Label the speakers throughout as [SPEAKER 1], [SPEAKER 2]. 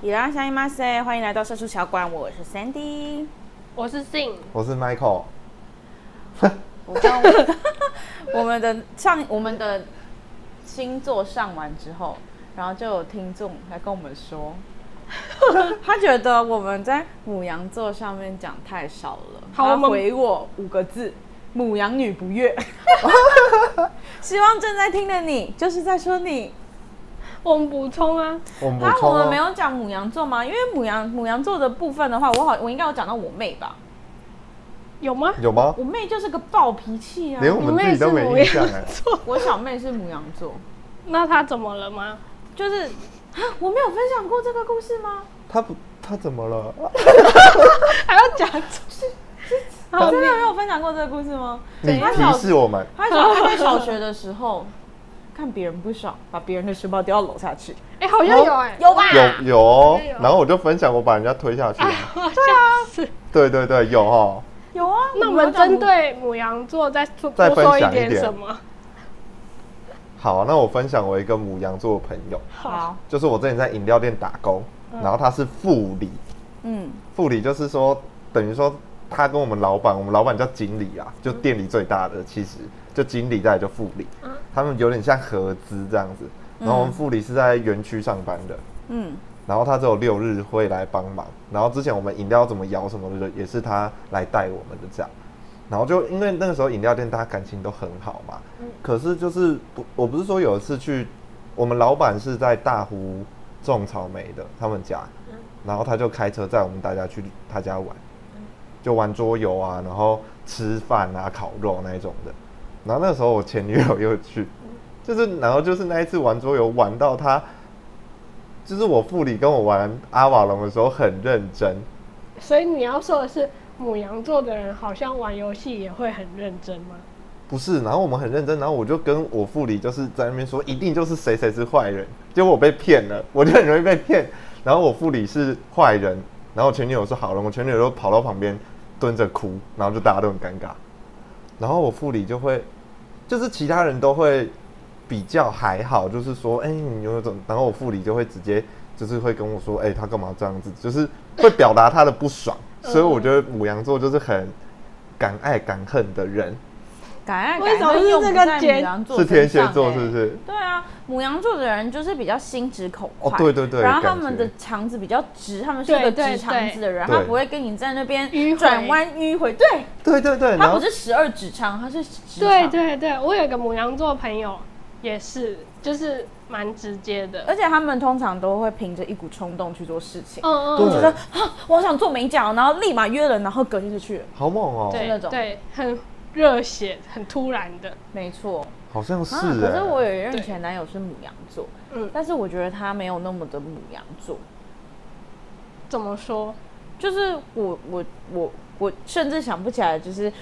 [SPEAKER 1] 也让相信 m a s 欢迎来到社畜小馆，我是 Sandy。
[SPEAKER 2] 我是 Sing，
[SPEAKER 3] 我是 Michael，
[SPEAKER 1] 我跟我我们的上我们的星座上完之后，然后就有听众来跟我们说，他觉得我们在母羊座上面讲太少了，
[SPEAKER 2] 好
[SPEAKER 1] 他
[SPEAKER 2] 我们
[SPEAKER 1] 回我五个字：母羊女不 悦。希望正在听的你，就是在说你。
[SPEAKER 2] 我们补充啊，
[SPEAKER 3] 我们补
[SPEAKER 1] 啊，我
[SPEAKER 3] 充
[SPEAKER 1] 们没
[SPEAKER 3] 哦，
[SPEAKER 1] 有讲母羊座吗？因为母羊母羊座的部分的话，我好我应该有讲到我妹吧，
[SPEAKER 2] 有吗？
[SPEAKER 3] 有吗？
[SPEAKER 1] 我妹就是个暴脾气啊。
[SPEAKER 3] 连我们自己都没印象 哎。
[SPEAKER 1] 我小妹是母羊座，
[SPEAKER 2] 那他怎么了吗？
[SPEAKER 1] 就是 啊，我没有分享过这个故事吗？
[SPEAKER 3] 他不，他怎么了？
[SPEAKER 2] 还要讲出去？
[SPEAKER 1] 我真的没有分享过这个故事吗？
[SPEAKER 3] 啊你
[SPEAKER 1] 她
[SPEAKER 3] 提
[SPEAKER 1] 小
[SPEAKER 3] 示我们，
[SPEAKER 1] 她小她在小学的时候，看别人不爽，把别人的书包丢到楼下去，
[SPEAKER 2] 哎、好像有哎、
[SPEAKER 1] 有吧？
[SPEAKER 3] 有有
[SPEAKER 2] 有，
[SPEAKER 3] 然后我就分享我把人家推下 去了。
[SPEAKER 2] 啊好像是。
[SPEAKER 3] 对对对，有哦。
[SPEAKER 1] 有啊。
[SPEAKER 2] 那我们针对母羊座再多
[SPEAKER 3] 再
[SPEAKER 2] 多说
[SPEAKER 3] 分享一
[SPEAKER 2] 点
[SPEAKER 3] 点
[SPEAKER 2] 什么？
[SPEAKER 3] 好，那我分享我一个母羊座的朋友，
[SPEAKER 1] 好，
[SPEAKER 3] 就是我之前在饮料店打工，然后他是副理，
[SPEAKER 1] 嗯，
[SPEAKER 3] 副理就是说，等于说他跟我们老板，我们老板叫经理啊，就
[SPEAKER 1] 嗯
[SPEAKER 3] 店里最大的，其实就经理再来就副理，他们有点像合资这样子。然后我们副理是在园区上班的，
[SPEAKER 1] 嗯，
[SPEAKER 3] 然后他只有六日会来帮忙。然后之前我们饮料怎么摇什么的，也是他来带我们的这样。然后就因为那个时候饮料店大家感情都很好嘛，可是就是不，我不是说有一次去，我们老板是在大湖种草莓的，他们家，然后他就开车载我们大家去他家玩，就玩桌游啊，然后吃饭啊，烤肉那一种的。然后那时候我前女友又去，就是然后就是那一次玩桌游玩到他。就是我副理跟我玩阿瓦隆的时候很认真，
[SPEAKER 2] 所以你要说的是，母羊座的人好像玩游戏也会很认真吗？
[SPEAKER 3] 不是，然后我们很认真，然后我就跟我副理就是在那边说，一定就是谁谁是坏人，结果我被骗了，我就很容易被骗。然后我副理是坏人，然后我前女友说好了，我前女友就跑到旁边蹲着哭，然后就大家都很尴尬。然后我副理就会，就是其他人都会比较还好，就是说，哎、你有种，然后我副理就会直接就是会跟我说，哎、他干嘛这样子，就是会表达他的不爽。所以我觉得母羊座就是很敢爱敢恨的人，
[SPEAKER 1] 感爱
[SPEAKER 2] 为什
[SPEAKER 1] 感
[SPEAKER 2] 么
[SPEAKER 1] 恩
[SPEAKER 2] 是
[SPEAKER 1] 用不
[SPEAKER 2] 这个
[SPEAKER 1] 在母
[SPEAKER 2] 节
[SPEAKER 1] 羊座
[SPEAKER 3] 是天蝎
[SPEAKER 1] 身上
[SPEAKER 3] 座
[SPEAKER 1] 欸
[SPEAKER 3] 是不是？
[SPEAKER 1] 对啊，母羊座的人就是比较心直口快，
[SPEAKER 3] 哦对对对
[SPEAKER 1] 然后他
[SPEAKER 3] 感觉
[SPEAKER 1] 们的肠子比较直，他们是一
[SPEAKER 2] 对
[SPEAKER 1] 个
[SPEAKER 2] 对
[SPEAKER 1] 直肠子的人，
[SPEAKER 3] 对
[SPEAKER 1] 他不会跟你在那边
[SPEAKER 2] 迂回
[SPEAKER 1] 转弯迂回，对，
[SPEAKER 3] 对对对，然
[SPEAKER 1] 他
[SPEAKER 3] 后
[SPEAKER 1] 不是十二指肠，他是直
[SPEAKER 2] 对
[SPEAKER 1] 肠，
[SPEAKER 2] 对对，我有一个母羊座朋友也是，就是蛮直接的。
[SPEAKER 1] 而且他们通常都会凭着一股冲动去做事情，
[SPEAKER 2] 嗯
[SPEAKER 3] 对
[SPEAKER 2] 嗯，
[SPEAKER 1] 觉得啊，我好想做美甲哦，然后立马约人，然后隔天就去了，
[SPEAKER 3] 好猛哦、
[SPEAKER 1] 是那
[SPEAKER 2] 对
[SPEAKER 1] 种
[SPEAKER 2] 对，很热血，很突然的。
[SPEAKER 1] 没错。
[SPEAKER 3] 好像是、
[SPEAKER 1] 啊，
[SPEAKER 3] 欸
[SPEAKER 1] 可是我有一任
[SPEAKER 2] 对
[SPEAKER 1] 前男友是母羊座，
[SPEAKER 2] 嗯
[SPEAKER 1] 但是我觉得他没有那么的母羊座，
[SPEAKER 2] 怎么说？
[SPEAKER 1] 就是我我我我甚至想不起来，就是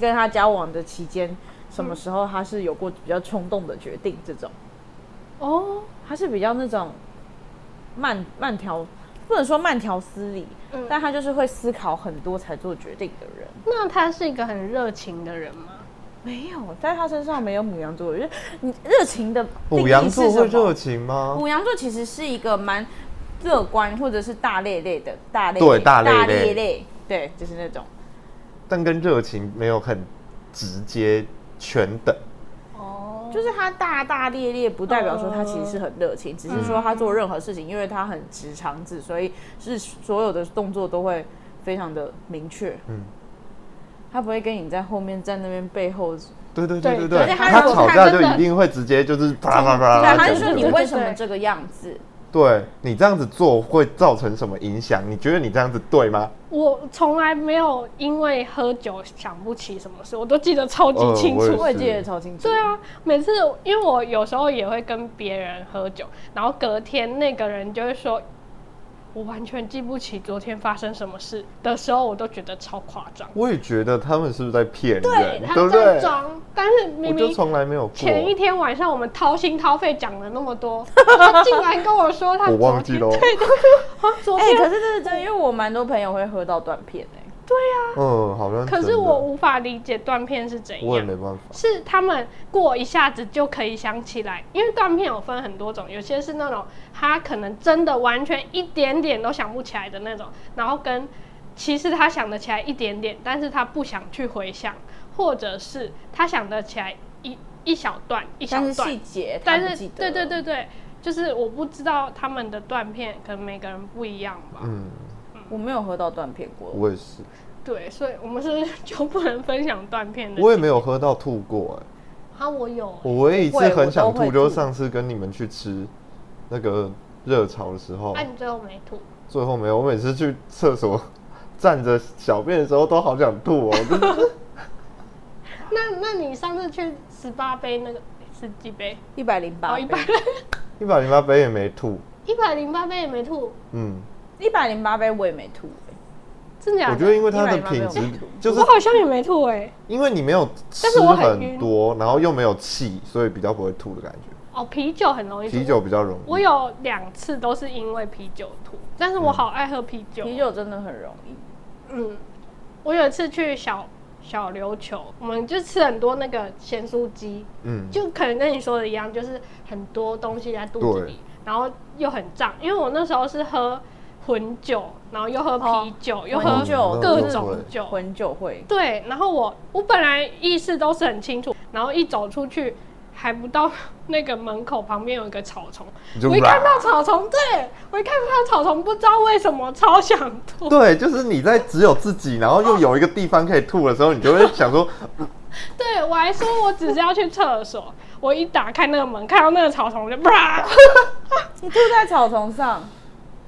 [SPEAKER 1] 跟他交往的期间，什么时候他是有过比较冲动的决定这种，
[SPEAKER 2] 哦，
[SPEAKER 1] 他是比较那种慢慢条，不能说慢条斯理，
[SPEAKER 2] 嗯
[SPEAKER 1] 但他就是会思考很多才做决定的人。
[SPEAKER 2] 那他是一个很热情的人吗？
[SPEAKER 1] 没有，在他身上没有母羊座，我觉得你热情的定义
[SPEAKER 3] 母羊座
[SPEAKER 1] 是什么
[SPEAKER 3] 会热情吗？
[SPEAKER 1] 母羊座其实是一个蛮乐观或者是大咧咧的大咧咧
[SPEAKER 3] 对大咧咧
[SPEAKER 1] 咧咧，对，就是那种。
[SPEAKER 3] 但跟热情没有很直接全等。
[SPEAKER 2] 哦，
[SPEAKER 1] 就是他大大咧咧，不代表说他其实是很热情，只是说他做任何事情，因为他很直肠子，所以是所有的动作都会非常的明确。嗯
[SPEAKER 3] 嗯，
[SPEAKER 1] 他不会跟你在后面在那边背后，对，
[SPEAKER 3] 对对
[SPEAKER 2] 对
[SPEAKER 3] 对对
[SPEAKER 2] 而
[SPEAKER 3] 对，
[SPEAKER 1] 且他
[SPEAKER 3] 他
[SPEAKER 1] 如果
[SPEAKER 3] 吵
[SPEAKER 1] 他
[SPEAKER 3] 架就
[SPEAKER 2] 真的
[SPEAKER 3] 一定会直接就是啪啪啪啪啪
[SPEAKER 1] 他就
[SPEAKER 3] 讲
[SPEAKER 1] 说
[SPEAKER 3] 这
[SPEAKER 1] 你
[SPEAKER 3] 个。
[SPEAKER 1] 为什么这个样子？
[SPEAKER 3] 对你这样子做会造成什么影响？你觉得你这样子对吗？
[SPEAKER 2] 我从来没有因为喝酒想不起什么事，我都记得超级清楚。
[SPEAKER 3] 呃
[SPEAKER 1] 我也记得超清楚。
[SPEAKER 2] 对，啊，每次因为我有时候也会跟别人喝酒，然后隔天那个人就会说，我完全记不起昨天发生什么事的时候，我都觉得超夸张。
[SPEAKER 3] 我也觉得他们是不是在骗
[SPEAKER 2] 对，
[SPEAKER 3] 人，对
[SPEAKER 2] 他
[SPEAKER 3] 不
[SPEAKER 2] 在
[SPEAKER 3] 对？
[SPEAKER 2] 装，但是
[SPEAKER 3] 我
[SPEAKER 2] 明
[SPEAKER 3] 就
[SPEAKER 2] 明
[SPEAKER 3] 从来没有过，
[SPEAKER 2] 前一天晚上我们掏心掏肺讲了那么 多，然后竟然跟我说他昨
[SPEAKER 3] 我忘记
[SPEAKER 2] 天
[SPEAKER 3] 喽。
[SPEAKER 2] 啊昨
[SPEAKER 1] 哎、
[SPEAKER 2] 天
[SPEAKER 1] 可是这是真的，因为我蛮多朋友会喝到断片哎、
[SPEAKER 2] 对呀、
[SPEAKER 3] 嗯，好像
[SPEAKER 2] 可
[SPEAKER 3] 真
[SPEAKER 2] 是
[SPEAKER 3] 的
[SPEAKER 2] 我无法理解断片是怎
[SPEAKER 3] 我也
[SPEAKER 2] 样
[SPEAKER 3] 没。办法，
[SPEAKER 2] 是他们过一下子就可以想起来，因为断片有分很多种，有些是那种他可能真的完全一点点都想不起来的那种，然后跟其实他想得起来一点点，但是他不想去回想，或者是他想得起来一一小段一小
[SPEAKER 1] 但是
[SPEAKER 2] 段，
[SPEAKER 1] 细节他
[SPEAKER 2] 但
[SPEAKER 1] 不
[SPEAKER 2] 是
[SPEAKER 1] 记得，
[SPEAKER 2] 对对，对对，就是我不知道他们的断片，可能每个人不一样吧。
[SPEAKER 3] 嗯，
[SPEAKER 1] 我没有喝到断片过，
[SPEAKER 3] 我也是，
[SPEAKER 2] 对，所以我们是不是就不能分享断片的。
[SPEAKER 3] 我也没有喝到吐过、哎，
[SPEAKER 2] 啊，我有欸、
[SPEAKER 3] 我唯一一次
[SPEAKER 1] 会
[SPEAKER 3] 很想
[SPEAKER 1] 我都会
[SPEAKER 3] 吐，就是
[SPEAKER 1] 吐
[SPEAKER 3] 上次跟你们去吃那个热炒的时候
[SPEAKER 2] 哎、，你最后没吐。
[SPEAKER 3] 最后没有。我每次去厕所 站着小便的时候，都好想吐哦。真 的是
[SPEAKER 2] 那那你上次去十八杯那个十几杯？
[SPEAKER 1] 一百零八
[SPEAKER 2] 哦，一百
[SPEAKER 3] 一百零八杯也没吐，
[SPEAKER 2] 一百零八杯也没吐，
[SPEAKER 3] 嗯，
[SPEAKER 1] 一百零八杯我也没吐、欸
[SPEAKER 2] 真假的？
[SPEAKER 3] 我觉得因为它的
[SPEAKER 1] 108
[SPEAKER 3] 品质
[SPEAKER 1] 没有吐
[SPEAKER 3] 就是
[SPEAKER 2] 我好像也没吐哎、
[SPEAKER 3] 因为你没有
[SPEAKER 2] 但
[SPEAKER 3] 吃
[SPEAKER 2] 是我很
[SPEAKER 3] 很
[SPEAKER 2] 晕
[SPEAKER 3] 多，然后又没有气，所以比较不会吐的感觉。
[SPEAKER 2] 哦，啤酒很容易吐。
[SPEAKER 3] 啤酒比较容易。
[SPEAKER 2] 我有两次都是因为啤酒吐，但是我好爱喝啤
[SPEAKER 1] 哎，
[SPEAKER 3] 嗯
[SPEAKER 2] 酒。
[SPEAKER 1] 啤酒真的很容易。
[SPEAKER 2] 嗯，我有一次去小小琉球，我们就吃很多那个咸酥鸡，
[SPEAKER 3] 嗯，
[SPEAKER 2] 就可能跟你说的一样，就是很多东西在肚子
[SPEAKER 3] 对
[SPEAKER 2] 里，然后又很胀，因为我那时候是喝混酒，然后又喝啤酒，又喝
[SPEAKER 1] 混酒
[SPEAKER 2] 各
[SPEAKER 1] 就是
[SPEAKER 2] 种
[SPEAKER 3] 会
[SPEAKER 2] 酒，
[SPEAKER 1] 混酒会，
[SPEAKER 2] 对，然后我我本来意识都是很清楚，然后一走出去还不到那个门口旁边有一个草丛，
[SPEAKER 3] 你就
[SPEAKER 2] 我一看到
[SPEAKER 3] 啦
[SPEAKER 2] 草丛，对我一看到草丛，不知道为什么超想吐，
[SPEAKER 3] 对，就是你在只有自己，然后又有一个地方可以吐的时候，你就会 想说，
[SPEAKER 2] 对我还说我只是要去厕所，我一打开那个门，看到那个草丛我就啪，
[SPEAKER 1] 你吐在草丛上，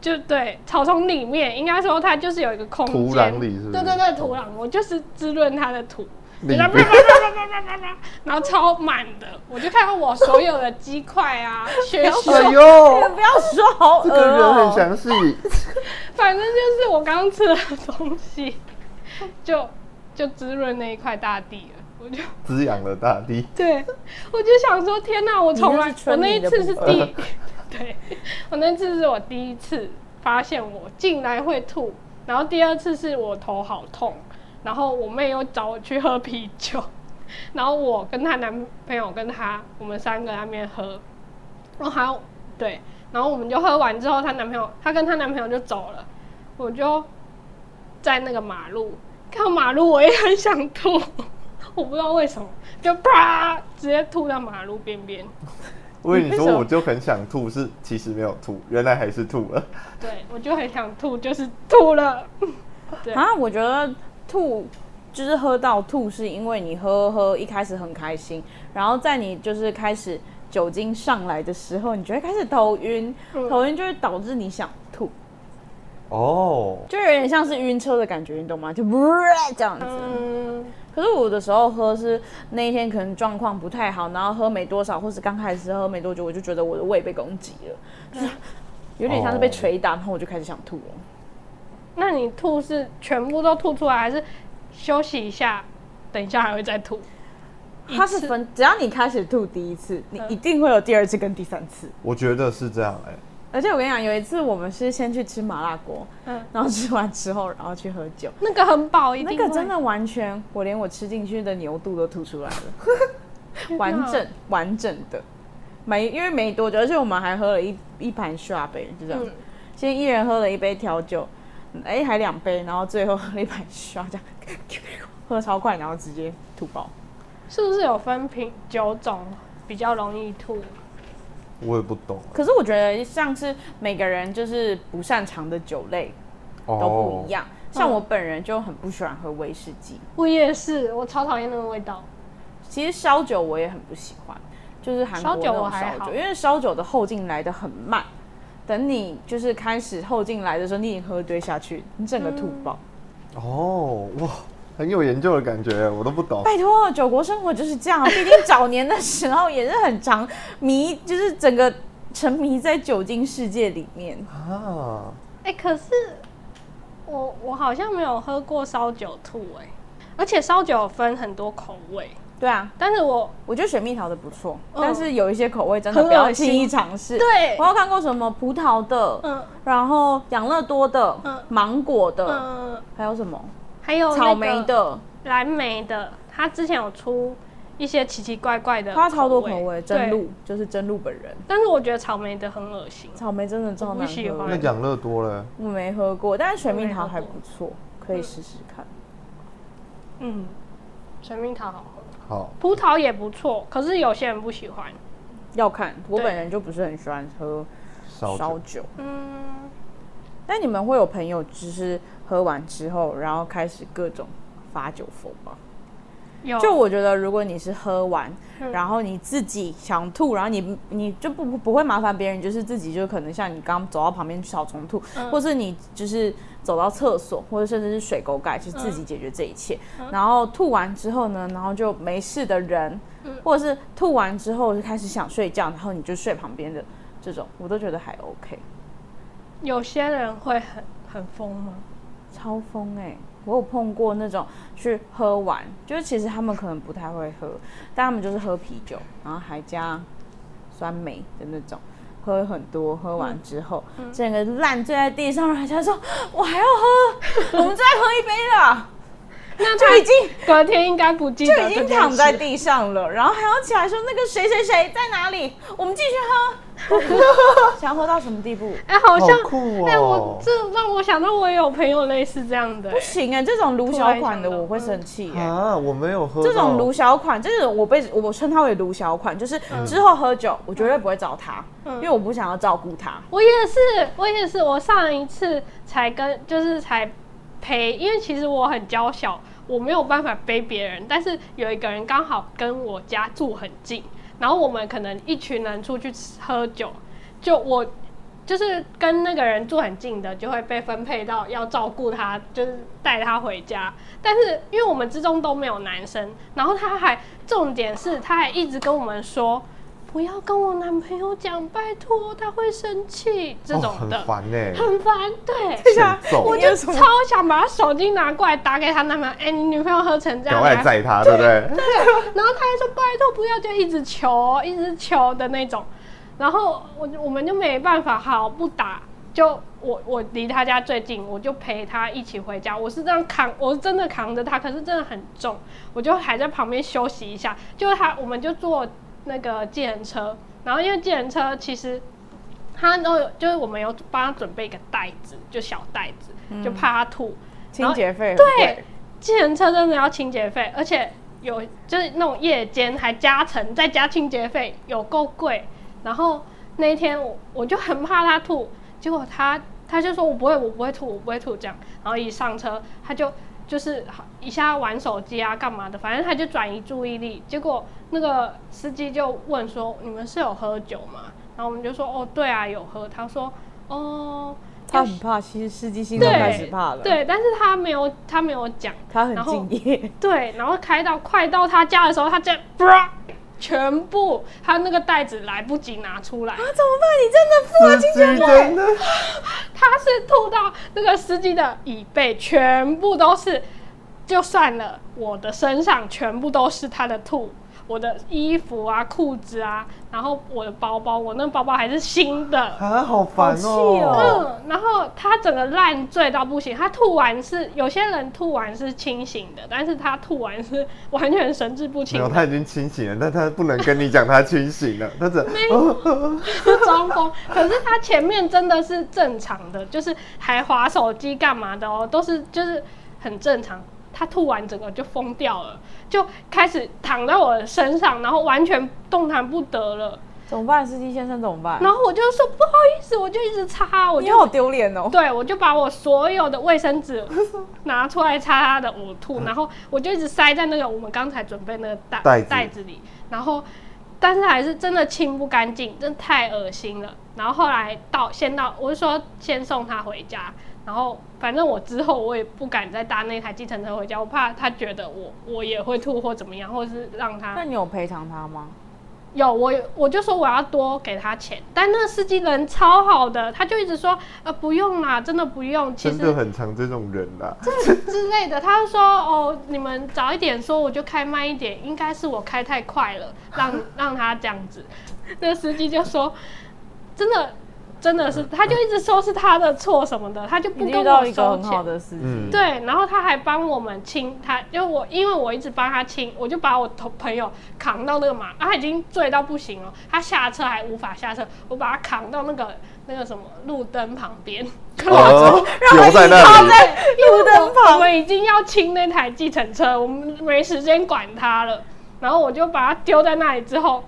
[SPEAKER 2] 就对草丛里面，应该说它就是有一个空间，
[SPEAKER 3] 土壤里是不是
[SPEAKER 2] 对对对，土壤，我就是滋润它的土。
[SPEAKER 3] 里
[SPEAKER 2] 然后
[SPEAKER 3] 面
[SPEAKER 2] 啪啪啪啪啪啪啪啪， 然后超满的，我就看到我所有的鸡块啊、血血
[SPEAKER 3] 哎
[SPEAKER 1] 你
[SPEAKER 3] 呦
[SPEAKER 1] 们，不要说好恶
[SPEAKER 3] 这个人很
[SPEAKER 1] 哦、
[SPEAKER 3] 详细，
[SPEAKER 2] 反正就是我刚刚吃的东西，就就滋润那一块大地了。我就
[SPEAKER 3] 滋养了大地。
[SPEAKER 2] 对，我就想说，天哪！我从来
[SPEAKER 1] 你那是
[SPEAKER 2] 我
[SPEAKER 1] 春
[SPEAKER 2] 那
[SPEAKER 1] 泥
[SPEAKER 2] 一
[SPEAKER 1] 的
[SPEAKER 2] 次是
[SPEAKER 1] 部
[SPEAKER 2] 第， 对我那次是我第一次发现我竟然会吐，然后第二次是我头好痛，然后我妹又找我去喝啤酒，然后我跟她男朋友跟她我们三个在那边喝，然后还有对，然后我们就喝完之后，她男朋友她跟她男朋友就走了，我就在那个马路看到马路，我也很想吐，我不知道为什么，就啪直接吐到马路边边。
[SPEAKER 3] 我跟你
[SPEAKER 1] 为什
[SPEAKER 3] 说，
[SPEAKER 1] 么
[SPEAKER 3] 我就很想吐，是其实没有吐，原来还是吐了。
[SPEAKER 2] 对，我就很想吐，就是吐了。对
[SPEAKER 1] 啊！我觉得吐就是喝到吐，是因为你喝喝一开始很开心，然后在你就是开始酒精上来的时候，你就会开始头晕，
[SPEAKER 2] 嗯
[SPEAKER 1] 头晕就会导致你想吐，
[SPEAKER 3] 哦，
[SPEAKER 1] 就有点像是晕车的感觉，你懂吗？就 这样子。
[SPEAKER 2] 嗯，
[SPEAKER 1] 可是我有的时候喝是那一天可能状况不太好，然后喝没多少，或是刚开始喝没多久，我就觉得我的胃被攻击了，就是有点像是被
[SPEAKER 3] 嗯哦
[SPEAKER 1] 捶打，然后我就开始想吐了。
[SPEAKER 2] 那你吐是全部都吐出来，还是休息一下，等一下还会再吐？
[SPEAKER 1] 它是分，只要你开始吐第一次，你
[SPEAKER 2] 嗯
[SPEAKER 1] 一定会有第二次跟第三次。
[SPEAKER 3] 我觉得是这样哎、
[SPEAKER 1] 而且我跟你讲，有一次我们是先去吃麻辣锅，
[SPEAKER 2] 嗯，
[SPEAKER 1] 然后吃完之后，然后去喝酒，
[SPEAKER 2] 那个很饱，一
[SPEAKER 1] 那
[SPEAKER 2] 定
[SPEAKER 1] 个
[SPEAKER 2] 会
[SPEAKER 1] 真的完全，我连我吃进去的牛肚都吐出来了，完
[SPEAKER 2] 哪
[SPEAKER 1] 整完整的，没因为没多久，而且我们还喝了一一盘刷杯，就这样，
[SPEAKER 2] 嗯
[SPEAKER 1] 先一人喝了一杯调酒，哎、还两杯，然后最后喝了一盘刷，这样 喝超快，然后直接吐爆。
[SPEAKER 2] 是不是有分品九种比较容易吐？
[SPEAKER 3] 我也不懂
[SPEAKER 1] 可是我觉得像是每个人就是不擅长的酒类
[SPEAKER 3] 哦
[SPEAKER 1] 都不一样，像我本人就很不喜欢喝威士忌，
[SPEAKER 2] 我也是，我超讨厌那个味道。
[SPEAKER 1] 其实烧酒我也很不喜欢，就是韩国
[SPEAKER 2] 烧
[SPEAKER 1] 那
[SPEAKER 2] 酒我
[SPEAKER 1] 种
[SPEAKER 2] 还
[SPEAKER 1] 烧
[SPEAKER 2] 好
[SPEAKER 1] 酒，因为烧酒的后劲来的很慢，等你就是开始后劲来的时候，你已经喝堆下去，你整个吐
[SPEAKER 2] 嗯
[SPEAKER 1] 爆。
[SPEAKER 3] 哦，哇，很有研究的感觉，我都不懂。
[SPEAKER 1] 拜托，酒国生活就是这样，毕竟早年的时候也是很常迷，就是整个沉迷在酒精世界里面。
[SPEAKER 3] 啊，
[SPEAKER 2] 哎、可是我我好像没有喝过烧酒吐哎、而且烧酒有分很多口味，
[SPEAKER 1] 对啊，
[SPEAKER 2] 但是我
[SPEAKER 1] 我觉得雪蜜桃的不错，
[SPEAKER 2] 嗯
[SPEAKER 1] 但是有一些口味真的不
[SPEAKER 2] 很
[SPEAKER 1] 要
[SPEAKER 2] 恶心
[SPEAKER 1] 轻易尝试。
[SPEAKER 2] 对
[SPEAKER 1] 我有看过什么葡萄的，
[SPEAKER 2] 嗯
[SPEAKER 1] 然后养乐多的，
[SPEAKER 2] 嗯
[SPEAKER 1] 芒果的，
[SPEAKER 2] 嗯、
[SPEAKER 1] 还有什么？
[SPEAKER 2] 还有、那个
[SPEAKER 1] 草莓的，
[SPEAKER 2] 蓝莓的，它之前有出一些奇奇怪怪的，
[SPEAKER 1] 它超多口味，
[SPEAKER 2] 对
[SPEAKER 1] 真。露就是真露本人，
[SPEAKER 2] 但是我觉得草莓的很恶心，
[SPEAKER 1] 草莓真的超
[SPEAKER 2] 我不
[SPEAKER 1] 难
[SPEAKER 2] 喜
[SPEAKER 1] 喝
[SPEAKER 2] 欢
[SPEAKER 3] 那
[SPEAKER 1] 的，
[SPEAKER 3] 养乐多了，
[SPEAKER 1] 我没喝过，但是水蜜桃
[SPEAKER 2] 我没
[SPEAKER 1] 还
[SPEAKER 2] 喝
[SPEAKER 1] 不
[SPEAKER 2] 过
[SPEAKER 1] 错，可以试试看。
[SPEAKER 2] 嗯，水蜜桃好喝，
[SPEAKER 3] 好，
[SPEAKER 2] 葡萄也不错，可是有些人不喜欢。
[SPEAKER 1] 要看，我
[SPEAKER 2] 对
[SPEAKER 1] 本人就不是很喜欢喝
[SPEAKER 3] 烧
[SPEAKER 1] 烧
[SPEAKER 3] 酒，
[SPEAKER 1] 酒，
[SPEAKER 2] 嗯，
[SPEAKER 1] 但你们会有朋友就是喝完之后，然后开始各种发酒疯吗？
[SPEAKER 2] 有
[SPEAKER 1] 就我觉得，如果你是喝完，
[SPEAKER 2] 嗯
[SPEAKER 1] 然后你自己想吐，然后你你就不不会麻烦别人，就是自己就可能像你刚走到旁边去小虫吐，
[SPEAKER 2] 嗯
[SPEAKER 1] 或是你就是走到厕所，或者甚至是水沟盖去自己解决这一切。
[SPEAKER 2] 嗯
[SPEAKER 1] 然后吐完之后呢，然后就没事的人，
[SPEAKER 2] 嗯
[SPEAKER 1] 或者是吐完之后就开始想睡觉，然后你就睡旁边的这种，我都觉得还 OK，
[SPEAKER 2] 有些人会很很疯吗？
[SPEAKER 1] 超疯哎、我有碰过那种去喝完，就是其实他们可能不太会喝，但他们就是喝啤酒，然后还加酸梅的那种，喝很多，喝完之后、整个烂醉在地上，然后他说：“我还要喝，我们再喝一杯啦。”
[SPEAKER 2] 那
[SPEAKER 1] 就
[SPEAKER 2] 他
[SPEAKER 1] 已经
[SPEAKER 2] 隔天应该不记
[SPEAKER 1] 就
[SPEAKER 2] 得
[SPEAKER 1] 已
[SPEAKER 2] 这
[SPEAKER 1] 经
[SPEAKER 2] 件
[SPEAKER 1] 躺在
[SPEAKER 2] 事
[SPEAKER 1] 地上了，然后还要起来说：“那个谁谁谁在哪里？我们继续喝。”想要喝到什么地步？
[SPEAKER 2] 哎、好像
[SPEAKER 3] 好酷
[SPEAKER 2] 哎、
[SPEAKER 3] 哦
[SPEAKER 2] 我这让我想到我也有朋友类似这样的、
[SPEAKER 1] 不
[SPEAKER 2] 哎
[SPEAKER 1] 行哎、这种卢小款的我会生气、哎。
[SPEAKER 3] 啊，我没有喝
[SPEAKER 1] 这种
[SPEAKER 3] 到
[SPEAKER 1] 卢小款，这种我被我称它为卢小款，就是
[SPEAKER 2] 嗯
[SPEAKER 1] 之后喝酒，我绝对不会找他，因为我不想要照顾他。
[SPEAKER 2] 我也是，我也是，我上一次才跟就是才陪，因为其实我很娇小，我没有办法背别人，但是有一个人刚好跟我家住很近，然后我们可能一群人出去吃喝酒，就我。就是跟那个人住很近的，就会被分配到要照顾他，就是带他回家。但是因为我们之中都没有男生，然后他还重点是他还一直跟我们说，不要跟我男朋友讲，拜托他会生气这
[SPEAKER 3] 哦
[SPEAKER 2] 种的，
[SPEAKER 3] 很烦呢，
[SPEAKER 2] 很烦，对。啊
[SPEAKER 3] 欠揍
[SPEAKER 1] 我
[SPEAKER 2] 我
[SPEAKER 1] 就
[SPEAKER 2] 就
[SPEAKER 1] 超
[SPEAKER 2] 超想把他手机拿过来打给他男朋友，哎、你女朋友喝 成这
[SPEAKER 3] 赶
[SPEAKER 2] 样，
[SPEAKER 3] 快
[SPEAKER 2] 你还
[SPEAKER 3] 宰他，对不对？
[SPEAKER 2] 然后他还说拜托不要，就一直求，一直求的那种。然后我我们就没办法，好不打，就我我离他家最近，我就陪他一起回家。我是这样扛，我是真的扛着他，可是真的很重，我就还在旁边休息一下。就他，我们就坐那个计程车，然后因为计程车其实他都有，就是我们有帮他准备一个袋子，就小袋子，就怕他吐。
[SPEAKER 1] 清洁费很
[SPEAKER 2] 对
[SPEAKER 1] 贵，，
[SPEAKER 2] 计程车真的要清洁费，而且有就是那种夜间还加成，再加清洁费，有够贵。然后那一天我我就很怕他吐，结果他他就说我不会，我不会吐，我不会吐这样。然后一上车他就就是一下玩手机啊干嘛的，反正他就转移注意力。结果那个司机就问说你们是有喝酒吗？然后我们就说哦对啊有喝。他说哦。
[SPEAKER 1] 他很怕，其实司机心中
[SPEAKER 2] 对
[SPEAKER 1] 开始怕了，，
[SPEAKER 2] 对，但是他没有，他没有讲，
[SPEAKER 1] 他很
[SPEAKER 2] 然后
[SPEAKER 1] 敬业，
[SPEAKER 2] 对，然后开到快到他家的时候，他这样，啪全部他那个袋子来不及拿出 来，
[SPEAKER 1] 怎么办？你真的付了
[SPEAKER 3] 司
[SPEAKER 1] 清
[SPEAKER 3] 机
[SPEAKER 1] 洁费
[SPEAKER 3] 真？的，
[SPEAKER 2] 他是吐到那个司机的椅背，全部都是，就算了，我的身上全部都是他的吐。我的衣服啊、裤子啊，然后我的包包，我那包包还是新 的，
[SPEAKER 3] 啊，好烦
[SPEAKER 1] 好气哦
[SPEAKER 3] 哦，
[SPEAKER 2] 嗯，然后他整个烂醉到不行，他吐完是有些人吐完是清醒的，但是他吐完是完全神志不
[SPEAKER 3] 没
[SPEAKER 2] 清
[SPEAKER 3] 有，
[SPEAKER 2] 的，
[SPEAKER 3] 他已经清醒了，但他不能跟你讲他清 醒了，他只哦
[SPEAKER 2] 装疯。可是他前面真的是正常的，就是还划手机干嘛的哦，都是就是很正常。他吐完整个就疯掉了，就开始躺在我的身上，然后完全动弹不得了。
[SPEAKER 1] 怎么办？司机先生怎么办？
[SPEAKER 2] 然后我就说不好意思，我就一直擦，我
[SPEAKER 1] 你
[SPEAKER 2] 就
[SPEAKER 1] 好丢脸哦！
[SPEAKER 2] 对，我就把我所有的卫生纸拿出来擦他的呕吐，然后我就一直塞在那个我们刚才准备那个袋
[SPEAKER 3] 嗯袋子
[SPEAKER 2] 里，然后但是还是真的清不干净，真的太恶心了。然后后来到先到，我就说先送他回家，然后反正我之后我也不敢再搭那台计程车回家，我怕他觉得我我也会吐或怎么样，或是让他
[SPEAKER 1] 那你有赔偿他吗？
[SPEAKER 2] 有我有，我就说我要多给他钱，但那个司机人超好的，他就一直说呃不用啦，真的不用，其
[SPEAKER 3] 真
[SPEAKER 2] 实
[SPEAKER 3] 的很常这种人啊啦，
[SPEAKER 2] 之类的。他就说哦，你们早一点说，我就开慢一点，应该是我开太 快了，让让他这样子。那个司机就说，真的真的是，他就一直说是他的错什么的，他就不
[SPEAKER 1] 你
[SPEAKER 2] 跟
[SPEAKER 1] 遇到
[SPEAKER 2] 我
[SPEAKER 1] 一个
[SPEAKER 2] 收
[SPEAKER 1] 很好
[SPEAKER 2] 钱。
[SPEAKER 1] 的司机，
[SPEAKER 3] 嗯
[SPEAKER 2] 对，然后他还帮我们清，他就我因为我一直帮他清，我就把我同朋友扛到那个马，啊他已经醉到不行了，他下车还无法下车，我把他扛到那个那个什么路灯旁边，
[SPEAKER 3] 哦， 留在那
[SPEAKER 1] 他
[SPEAKER 3] 里，
[SPEAKER 1] 在路灯
[SPEAKER 2] 我
[SPEAKER 1] 旁，
[SPEAKER 2] 们已经要清那台计程车，我们没时间管它了。然后我就把它丢在那里之后，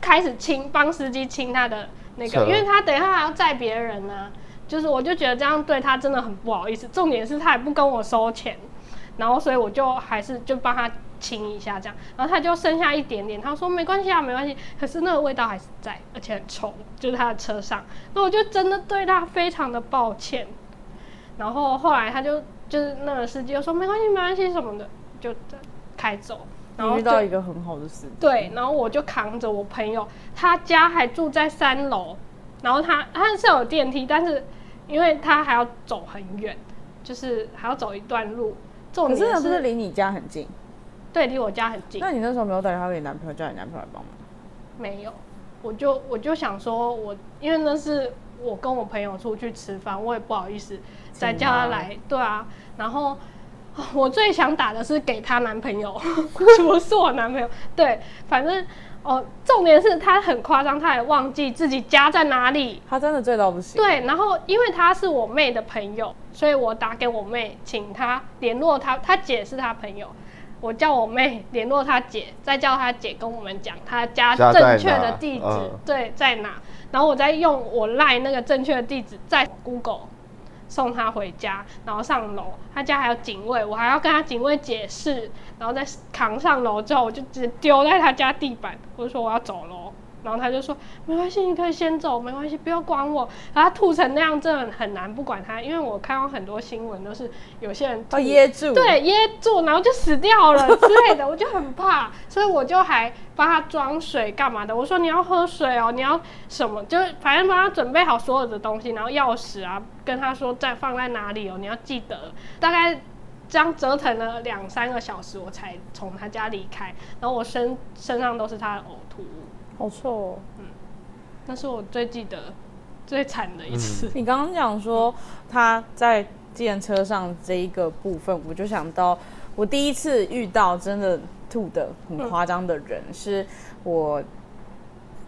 [SPEAKER 2] 开始清，帮司机清他的那
[SPEAKER 3] 车
[SPEAKER 2] 个，因为他等一下还要载别人呢、就是我就觉得这样对他真的很不好意思。重点是他也不跟我收钱，然后所以我就还是就帮他清一下这样，然后他就剩下一点点，他说没关系啊，没关系。可是那个味道还是在，而且很臭，就是他的车上。那我就真的对他非常的抱歉。然后后来他就就是那个司机就说没关系没关系什么的，就开走。然后
[SPEAKER 1] 你遇
[SPEAKER 2] 就
[SPEAKER 1] 到一个很好的司机，
[SPEAKER 2] 对，然后我就扛着我朋友，他家还住在三楼，然后他他是有电梯，但是因为他还要走很远，就是还要走一段路。重
[SPEAKER 1] 可是
[SPEAKER 2] 点
[SPEAKER 1] 那不是离你家很近？
[SPEAKER 2] 对离我家很近，
[SPEAKER 1] 那你那时候没有打电话给你男朋友，叫你男朋友来帮忙？
[SPEAKER 2] 没有，我就我就想说我，因为那是我跟我朋友出去吃饭，我也不好意思再叫他来，对啊。然后 啊我最想打的是给她男朋友， 不是我男朋友，对，反正哦，重点是他很夸张，他也忘记自己家在哪里。
[SPEAKER 1] 他真的醉到不行。
[SPEAKER 2] 对，然后因为他是我妹的朋友，所以我打给我妹，请她联络她，她姐是她朋友，我叫我妹联络她姐，再叫她姐跟我们讲她家
[SPEAKER 3] 家在
[SPEAKER 2] 正确
[SPEAKER 3] 哪
[SPEAKER 2] 的地址，
[SPEAKER 3] 嗯
[SPEAKER 2] 对，在哪，然后我再用我赖那个正确的地址在 Google 送她回家，然后上楼，她家还有警卫，我还要跟她警卫解释，然后再扛上楼之后，我就直接丢在她家地板，我就说我要走喽。然后他就说：“没关系，你可以先走，没关系，不要管我。”然后他吐成那样，真的很难不管他，因为我看到很多新闻都是有些人
[SPEAKER 1] 他
[SPEAKER 2] 吐
[SPEAKER 1] 噎住。
[SPEAKER 2] 对，噎住，然后就死掉了之类的，我就很怕，所以我就还帮他装水干嘛的。我说你要喝水哦，你要什么，就是反正帮他准备好所有的东西，然后钥匙啊，跟他说在放在哪里哦，你要记得。大概这样折腾了两三个小时，我才从他家离开。然后啊我身身上都是他的呕吐物，
[SPEAKER 1] 好臭哦！
[SPEAKER 2] 那是我最记得最惨的一 次。
[SPEAKER 1] 你刚刚讲说他在电车上这一个部分，我就想到我第一次遇到真的吐的很夸张的人，是我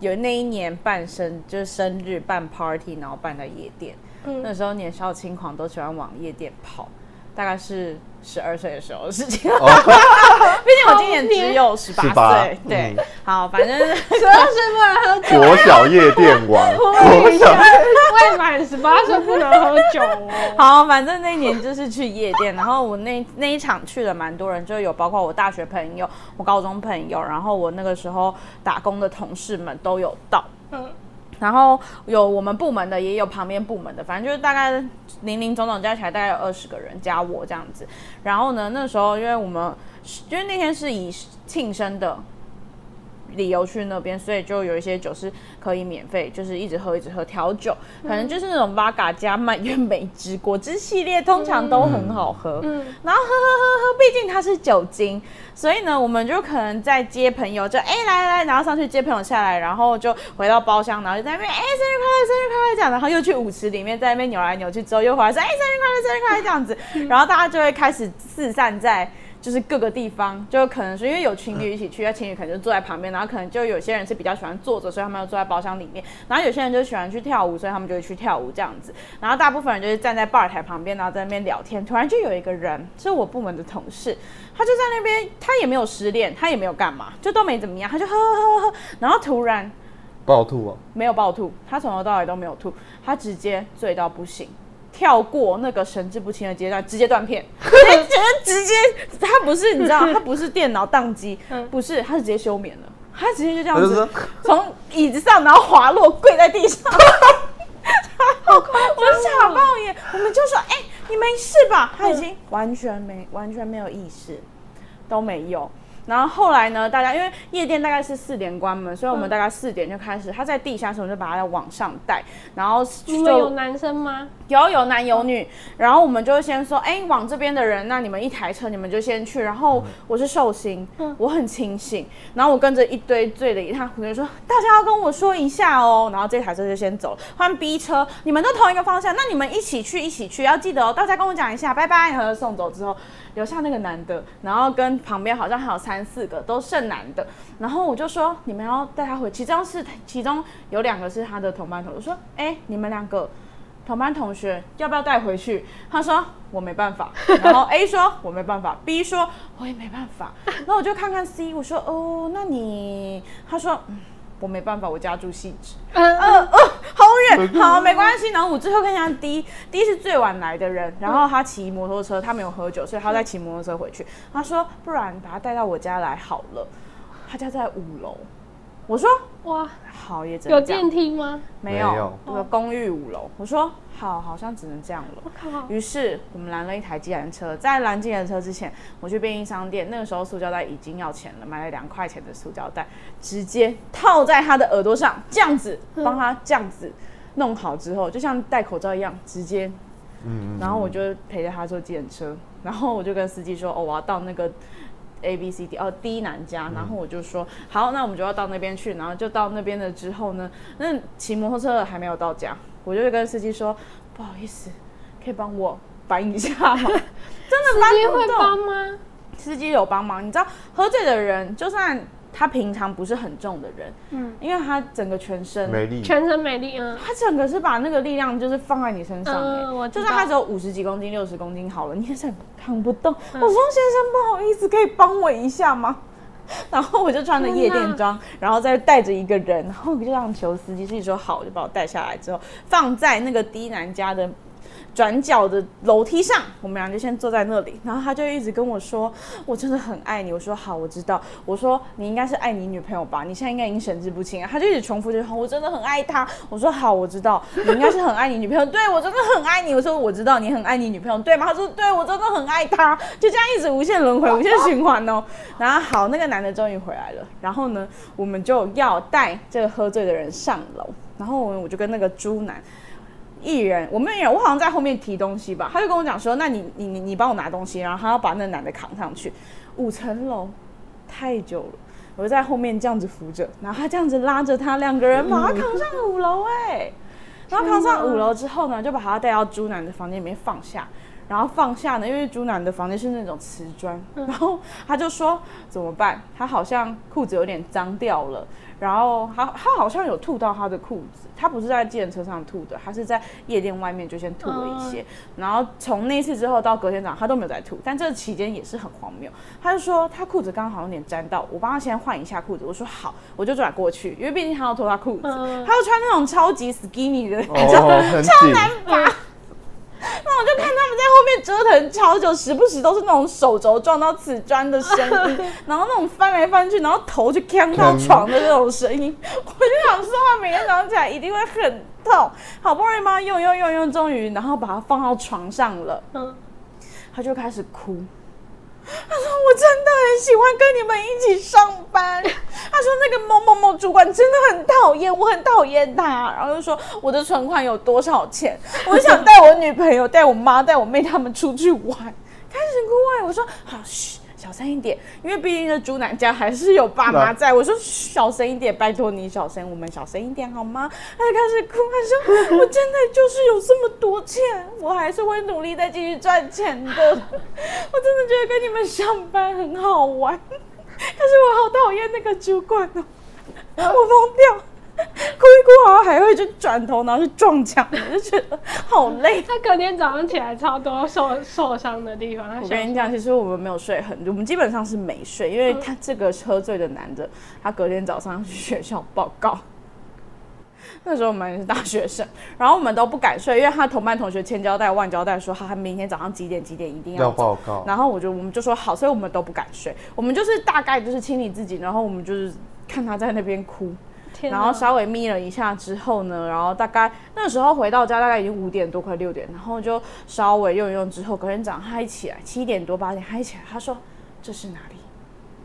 [SPEAKER 1] 有那一年办生就是生日办 party，然后办在夜店。
[SPEAKER 2] 嗯
[SPEAKER 1] 那时候年少轻狂，都喜欢往夜店跑，大概是十二岁的时候的事情。
[SPEAKER 3] 哦
[SPEAKER 1] 毕竟我今年只有十八
[SPEAKER 3] 18
[SPEAKER 1] 岁，对，
[SPEAKER 3] 嗯
[SPEAKER 1] 好，反 正
[SPEAKER 2] 十二岁不 能喝酒，
[SPEAKER 3] 国小夜店玩，国小
[SPEAKER 2] 未满十八岁不能喝酒 哦。
[SPEAKER 1] 好，反正那一年就是去夜店，然后我那那一场去了蛮多人，就有包括我大学朋友、我高中朋友，然后我那个时候打工的同事们都有到。
[SPEAKER 2] 嗯
[SPEAKER 1] 然后有我们部门的，也有旁边部门的，反正就是大概零零总总加起来大概有二十个人加我这样子。然后呢，那时候因为我们因为那天是以庆生的理由去那边，所以就有一些酒是可以免费，就是一直喝一直喝调酒，
[SPEAKER 2] 嗯
[SPEAKER 1] 反正就是那种 v 嘎加蔓越莓汁果汁系列，通常都很好喝。
[SPEAKER 2] 嗯，
[SPEAKER 1] 然后喝喝喝喝，毕竟它是酒精，所以呢，我们就可能在接朋友，就哎、来来来，然后上去接朋友下来，然后就回到包厢，然后就在那边哎、生日快乐生日快乐这样，然后又去舞池里面在那边扭来扭去，之后又回来说哎、生日快乐生日快乐这样
[SPEAKER 2] 嗯
[SPEAKER 1] 子，然后大家就会开始四散在。就是各个地方，就可能是因为有情侣一起去，那情侣可能就坐在旁边，然后可能就有些人是比较喜欢坐着，所以他们要坐在包厢里面，然后有些人就喜欢去跳舞，所以他们就会去跳舞这样子，然后大部分人就是站在吧台旁边，然后在那边聊天，突然就有一个人是我部门的同事，他就在那边，他也没有失恋，他也没有干嘛，就都没怎么样，他就喝喝喝喝，然后突然
[SPEAKER 3] 暴吐哦，
[SPEAKER 1] 没有暴吐，他从头到尾都没有吐，他直接醉到不行，跳过那个神志不清的阶段，直接断片，直接直接，他不是你知道，他不是电脑宕机，不是，他是直接休眠了，他直接就这样
[SPEAKER 3] 他就
[SPEAKER 1] 子
[SPEAKER 3] 是
[SPEAKER 1] 从椅子上然后滑落，跪在地上。我傻爆眼，我们就说，哎、你没事吧？他已经完全没完全没有意识，都没有。然后后来呢，大家因为夜店大概是四点关门，所以我们大概四点就开始。他在地下室，我们就把他往上带，然后
[SPEAKER 2] 你们
[SPEAKER 1] 就
[SPEAKER 2] 有男生吗？
[SPEAKER 1] 有有男有女，然后我们就会先说，哎、往这边的人，那你们一台车，你们就先去。然后我是寿星，我很清醒，然后我跟着一堆醉的一塌糊涂，就说大家要跟我说一下哦。然后这台车就先走了，换 B 车，你们都同一个方向，那你们一起去，一起去，要记得哦，大家跟我讲一下，拜拜。然后送走之后，留下那个男的，然后跟旁边好像还有三四个都剩男的，然后我就说你们要带他回，其中是其中有两个是他的同班同学，我说哎、你们两个。同班同学要不要带回去？他说我没办法， 然后 A 说我没办法，B 说我也没办 法，然后我就看看 C，我说哦，那你？他说、嗯、我没办法，我家住汐止，
[SPEAKER 2] 嗯，
[SPEAKER 1] 呃呃，好远，好没关系。然后我最后跟他 D D 是最晚来的人，然后他骑摩托车，他没有喝酒，所以他在骑摩托车回去。他说不然把他带到我家来好了，他家在五楼。我说
[SPEAKER 2] 哇，
[SPEAKER 1] 好，也只
[SPEAKER 2] 有
[SPEAKER 1] 能这样。
[SPEAKER 2] 电梯吗？
[SPEAKER 1] 没
[SPEAKER 3] 没有
[SPEAKER 1] 有，那个公寓五楼。我说好，好像只能这样了。
[SPEAKER 2] 靠，
[SPEAKER 1] 于是我们拦了一台计程车，在拦计程车之前，我去便利商店，那个时候塑胶袋已经要钱了，买了两块钱的塑胶袋，直接套在他的耳朵上，这样子帮他这样子弄好之后，就像戴口罩一样，直接
[SPEAKER 3] 嗯，
[SPEAKER 1] 然后我就陪着他坐计程车，然后我就跟司机说，哦，我要到那个 A B C D 哦 D 男
[SPEAKER 3] 嗯
[SPEAKER 1] 家，然后我就说好，那我们就要到那边去，然后就到那边了之后呢，那骑摩托车的还没有到家，我就跟司机说，不好意思，可以帮我搬一下 吗？真的
[SPEAKER 2] 司机
[SPEAKER 1] 搬
[SPEAKER 2] 会
[SPEAKER 1] 不动
[SPEAKER 2] 帮，吗？
[SPEAKER 1] 嗯司机有帮忙，你知道喝醉的人，就算他平常不是很重的人，
[SPEAKER 2] 嗯，
[SPEAKER 1] 因为他整个全身
[SPEAKER 3] 没力，
[SPEAKER 2] 全身美丽，嗯，
[SPEAKER 1] 他整个是把那个力量就是放在你身上、欸，
[SPEAKER 2] 嗯我知
[SPEAKER 1] 就
[SPEAKER 2] 道
[SPEAKER 1] 算他只有五十几公斤、六十公斤好了，你也是扛不动。
[SPEAKER 2] 嗯
[SPEAKER 1] 我说先生，不好意思，可以帮我一下吗？ 然后我就穿着夜店装，然后再带着一个人，然后我就这样求司机，司机说好，就把我带下来之后，放在那个低男家的转角的楼梯上，我们俩就先坐在那里，然后他就一直跟我说，我真的很爱你。我说好，我知道。我说你应该是爱你女朋友吧？你现在应该已经神志不清了。他就一直重复这句话，我真的很爱她。我说好，我知道，你应该是很爱你女朋友。对我真的很爱你。我说我知道你很爱你女朋友，对吗？他说对，我真的很爱她。就这样一直无限轮回，无限循环哦。然后好，那个男的终于回来了，然后呢，我们就要带这个喝醉的人上楼，然后我就跟那个猪男。艺人，我妹人，我好像在后面提东西吧，他就跟我讲说，那你你你你帮我拿东西，然后他要把那男的扛上去，五层楼，太久了，我就在后面这样子扶着，然后他这样子拉着他，两个人把他扛上五楼、哎，然后扛上五楼之后呢，就把他带到朱南的房间里面放下。然后放下呢，因为朱南的房间是那种瓷砖，然后他就说怎么办？他好像裤子有点脏掉了，然后他他好像有吐到他的裤子，他不是在计程车上吐的，他是在夜店外面就先吐了一些。然后从那次之后到隔天早上，他都没有再吐，但这期间也是很荒谬。他就说他裤子刚刚好像有点沾到，我帮他先换一下裤子。我说好，我就转过去，因为毕竟他要脱他裤子，
[SPEAKER 2] 嗯
[SPEAKER 1] 他就穿那种超级 skinny 的，你知道
[SPEAKER 3] 哦，很紧，
[SPEAKER 1] 那我就看他们在后面折腾超久，时不时都是那种手肘撞到瓷砖的声音，然后那种翻来翻去，然后头就呛到床的那种声音。我就想说，他每天早上起来一定会很痛，好不容易帮他用用用用，终于然后把它放到床上了，
[SPEAKER 2] 嗯，
[SPEAKER 1] 他就开始哭。他说：“我真的很喜欢跟你们一起上班。” 他说：“那个某某某主管真的很讨厌，我很讨厌他。”然后就说：“我的存款有多少钱？我想带我女朋友、带我妈、带我妹他们出去玩。”开始哭哎！我说：“好，嘘，小声一点，因为毕竟这猪男家还是有爸妈在。”我说：“嘘小声一点，拜托你小声，我们小声一点好吗？”他就开始哭，他说：“我真的就是有这么多钱，我还是会努力再继续赚钱的。” 我真的觉得跟你们上班很好玩，可是我好讨厌那个主管哦，我疯掉，哭一哭好像还会就转头然后去撞墙，我就觉得好累。
[SPEAKER 2] 他隔天早上起来超多受受伤的地方，他
[SPEAKER 1] 我
[SPEAKER 2] 想
[SPEAKER 1] 跟你讲，其实我们没有睡很，我们基本上是没睡，因为他这个喝醉的男的，他隔天早上要去学校报告。那时候我们也是大学生，然后我们都不敢睡，因为他同班同学千交代万交代说，他明天早上几点几点一定
[SPEAKER 3] 要
[SPEAKER 1] 要走
[SPEAKER 3] 报告，
[SPEAKER 1] 然后我就我们就说好，所以我们都不敢睡，我们就是大概就是清理自己，然后我们就是看他在那边哭，
[SPEAKER 2] 天哪，
[SPEAKER 1] 然后稍微眯了一下之后呢，然后大概那时候回到家大概已经五点多快六点，然后就稍微用一用之后，隔天早上他一起来七点多八点他一起来，他说这是哪里？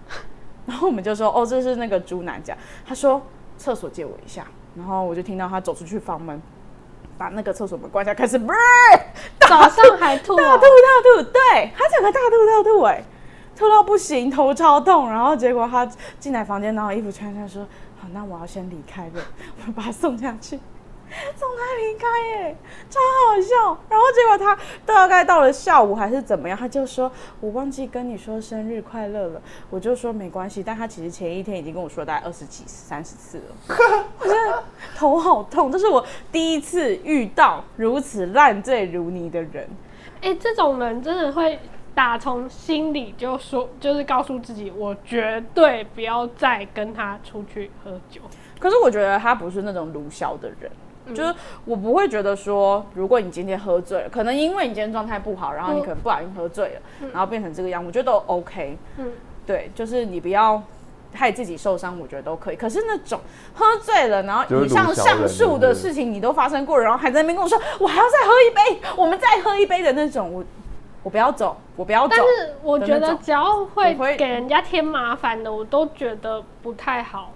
[SPEAKER 1] 然后我们就说哦，这是那个猪男家。他说厕所借我一下，然后我就听到他走出去房门，把那个厕所门关下，开始
[SPEAKER 2] 早上还吐、
[SPEAKER 1] 大
[SPEAKER 2] 哦
[SPEAKER 1] 吐，大吐，对他整个大吐大吐哎、吐到不行，头超痛。然后结果他进来房间，然后衣服穿上，说：“好，那我要先离开了。” 我把他送下去， 送他离开哎、超好笑。然后结果他大概到了下午还是怎么样，他就说：“我忘记跟你说生日快乐了。”我就说没关系，但他其实前一天已经跟我说大概二十几、三十次了。 头好痛，这是我第一次遇到如此烂醉如泥的人。
[SPEAKER 2] 哎、这种人真的会打从心里就说，就是告诉自己，我绝对不要再跟他出去喝酒。
[SPEAKER 1] 可是我觉得他不是那种鲁小的人，
[SPEAKER 2] 嗯
[SPEAKER 1] 就是我不会觉得说，如果你今天喝醉了，可能因为你今天状态不好，然后你可能不小心喝醉了，然后变成这个样，我觉得都 OK。
[SPEAKER 2] 嗯，
[SPEAKER 1] 对，就是你不要害自己受伤，我觉得都可以。可是那种喝醉了，然后
[SPEAKER 3] 就是
[SPEAKER 1] 以上
[SPEAKER 3] 鲁小人
[SPEAKER 1] 上述的事情你都发生过了，然后还在那边跟我说我还要再喝一杯，我们再喝一杯的那种，我我不要走，我不要走
[SPEAKER 2] 但。是我觉
[SPEAKER 1] 的那
[SPEAKER 2] 得
[SPEAKER 1] 种
[SPEAKER 2] 只要会
[SPEAKER 1] 我会
[SPEAKER 2] 给人家添麻烦的，我都觉得不太好，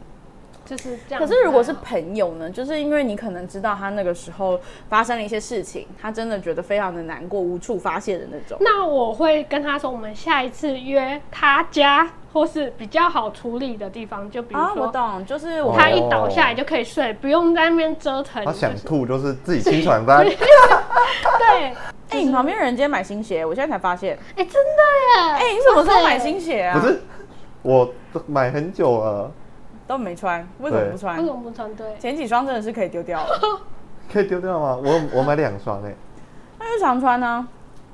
[SPEAKER 2] 就是这样。啊
[SPEAKER 1] 可是如果是朋友呢？就是因为你可能知道他那个时候发生了一些事情，他真的觉得非常的难过，无处发泄的那种。
[SPEAKER 2] 那我会跟他说，我们下一次约他家，或是比较好处理的地方，就比如
[SPEAKER 1] 啊，我
[SPEAKER 2] 说、
[SPEAKER 1] 懂，就是我
[SPEAKER 3] 哦
[SPEAKER 2] 他一倒下来就可以睡，不用在那边折腾。
[SPEAKER 3] 他想
[SPEAKER 2] 就是
[SPEAKER 3] 吐就是自己清 爽吧。
[SPEAKER 1] 啊
[SPEAKER 2] 对，
[SPEAKER 1] 哎、你旁边人今天买新鞋，我现在才发现。
[SPEAKER 2] 哎、真的耶！
[SPEAKER 1] 哎、你什么时候买新鞋啊？
[SPEAKER 3] 不是，我买很久了，
[SPEAKER 1] 都没穿，为什么不穿
[SPEAKER 2] 为？什么不穿对？
[SPEAKER 1] 前几双真的是可以丢掉了，
[SPEAKER 3] 可以丢掉吗？我我买两双哎、
[SPEAKER 1] 那就常穿呢、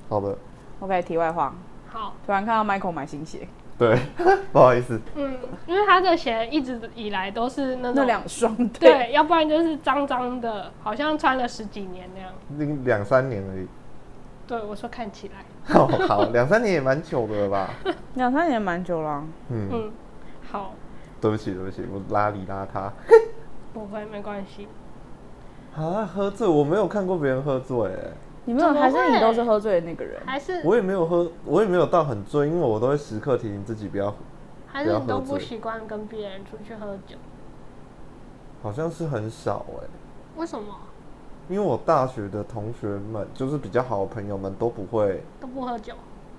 [SPEAKER 3] 好的，
[SPEAKER 1] OK，题外话，
[SPEAKER 2] 好，
[SPEAKER 1] 突然看到 Michael 买新鞋，
[SPEAKER 3] 对， 不好意思，
[SPEAKER 2] 嗯，因为他的鞋一直以来都是那种
[SPEAKER 1] 那两双对，
[SPEAKER 2] 哦对，要不然就是脏脏的，好像穿了十几年那样。
[SPEAKER 3] 两两三年而已。
[SPEAKER 2] 对，我说看起来，
[SPEAKER 3] 哦，好，两三年也蛮久的了吧？
[SPEAKER 1] 两三年蛮久了啊、
[SPEAKER 3] 嗯，
[SPEAKER 2] 嗯，好，
[SPEAKER 3] 对不起，对不起，我邋里邋遢。
[SPEAKER 2] 不会，没关系。
[SPEAKER 3] 啊，喝醉，我没有看过别人喝醉、欸，
[SPEAKER 1] 你没有，
[SPEAKER 2] 怎么
[SPEAKER 1] 还是你
[SPEAKER 2] 会
[SPEAKER 1] 都是喝醉的那个人？
[SPEAKER 2] 还是
[SPEAKER 3] 我也没有喝，我也没有到很醉，因为我都会时刻提醒自己不要，
[SPEAKER 2] 还是你都
[SPEAKER 3] 不要喝
[SPEAKER 2] 不
[SPEAKER 3] 醉
[SPEAKER 2] 习惯跟别人出去喝酒？
[SPEAKER 3] 好像是很少哎、
[SPEAKER 2] 为什么
[SPEAKER 3] 因为我大学的同学们，就是比较好的朋友们都不会，
[SPEAKER 2] 都不喝酒？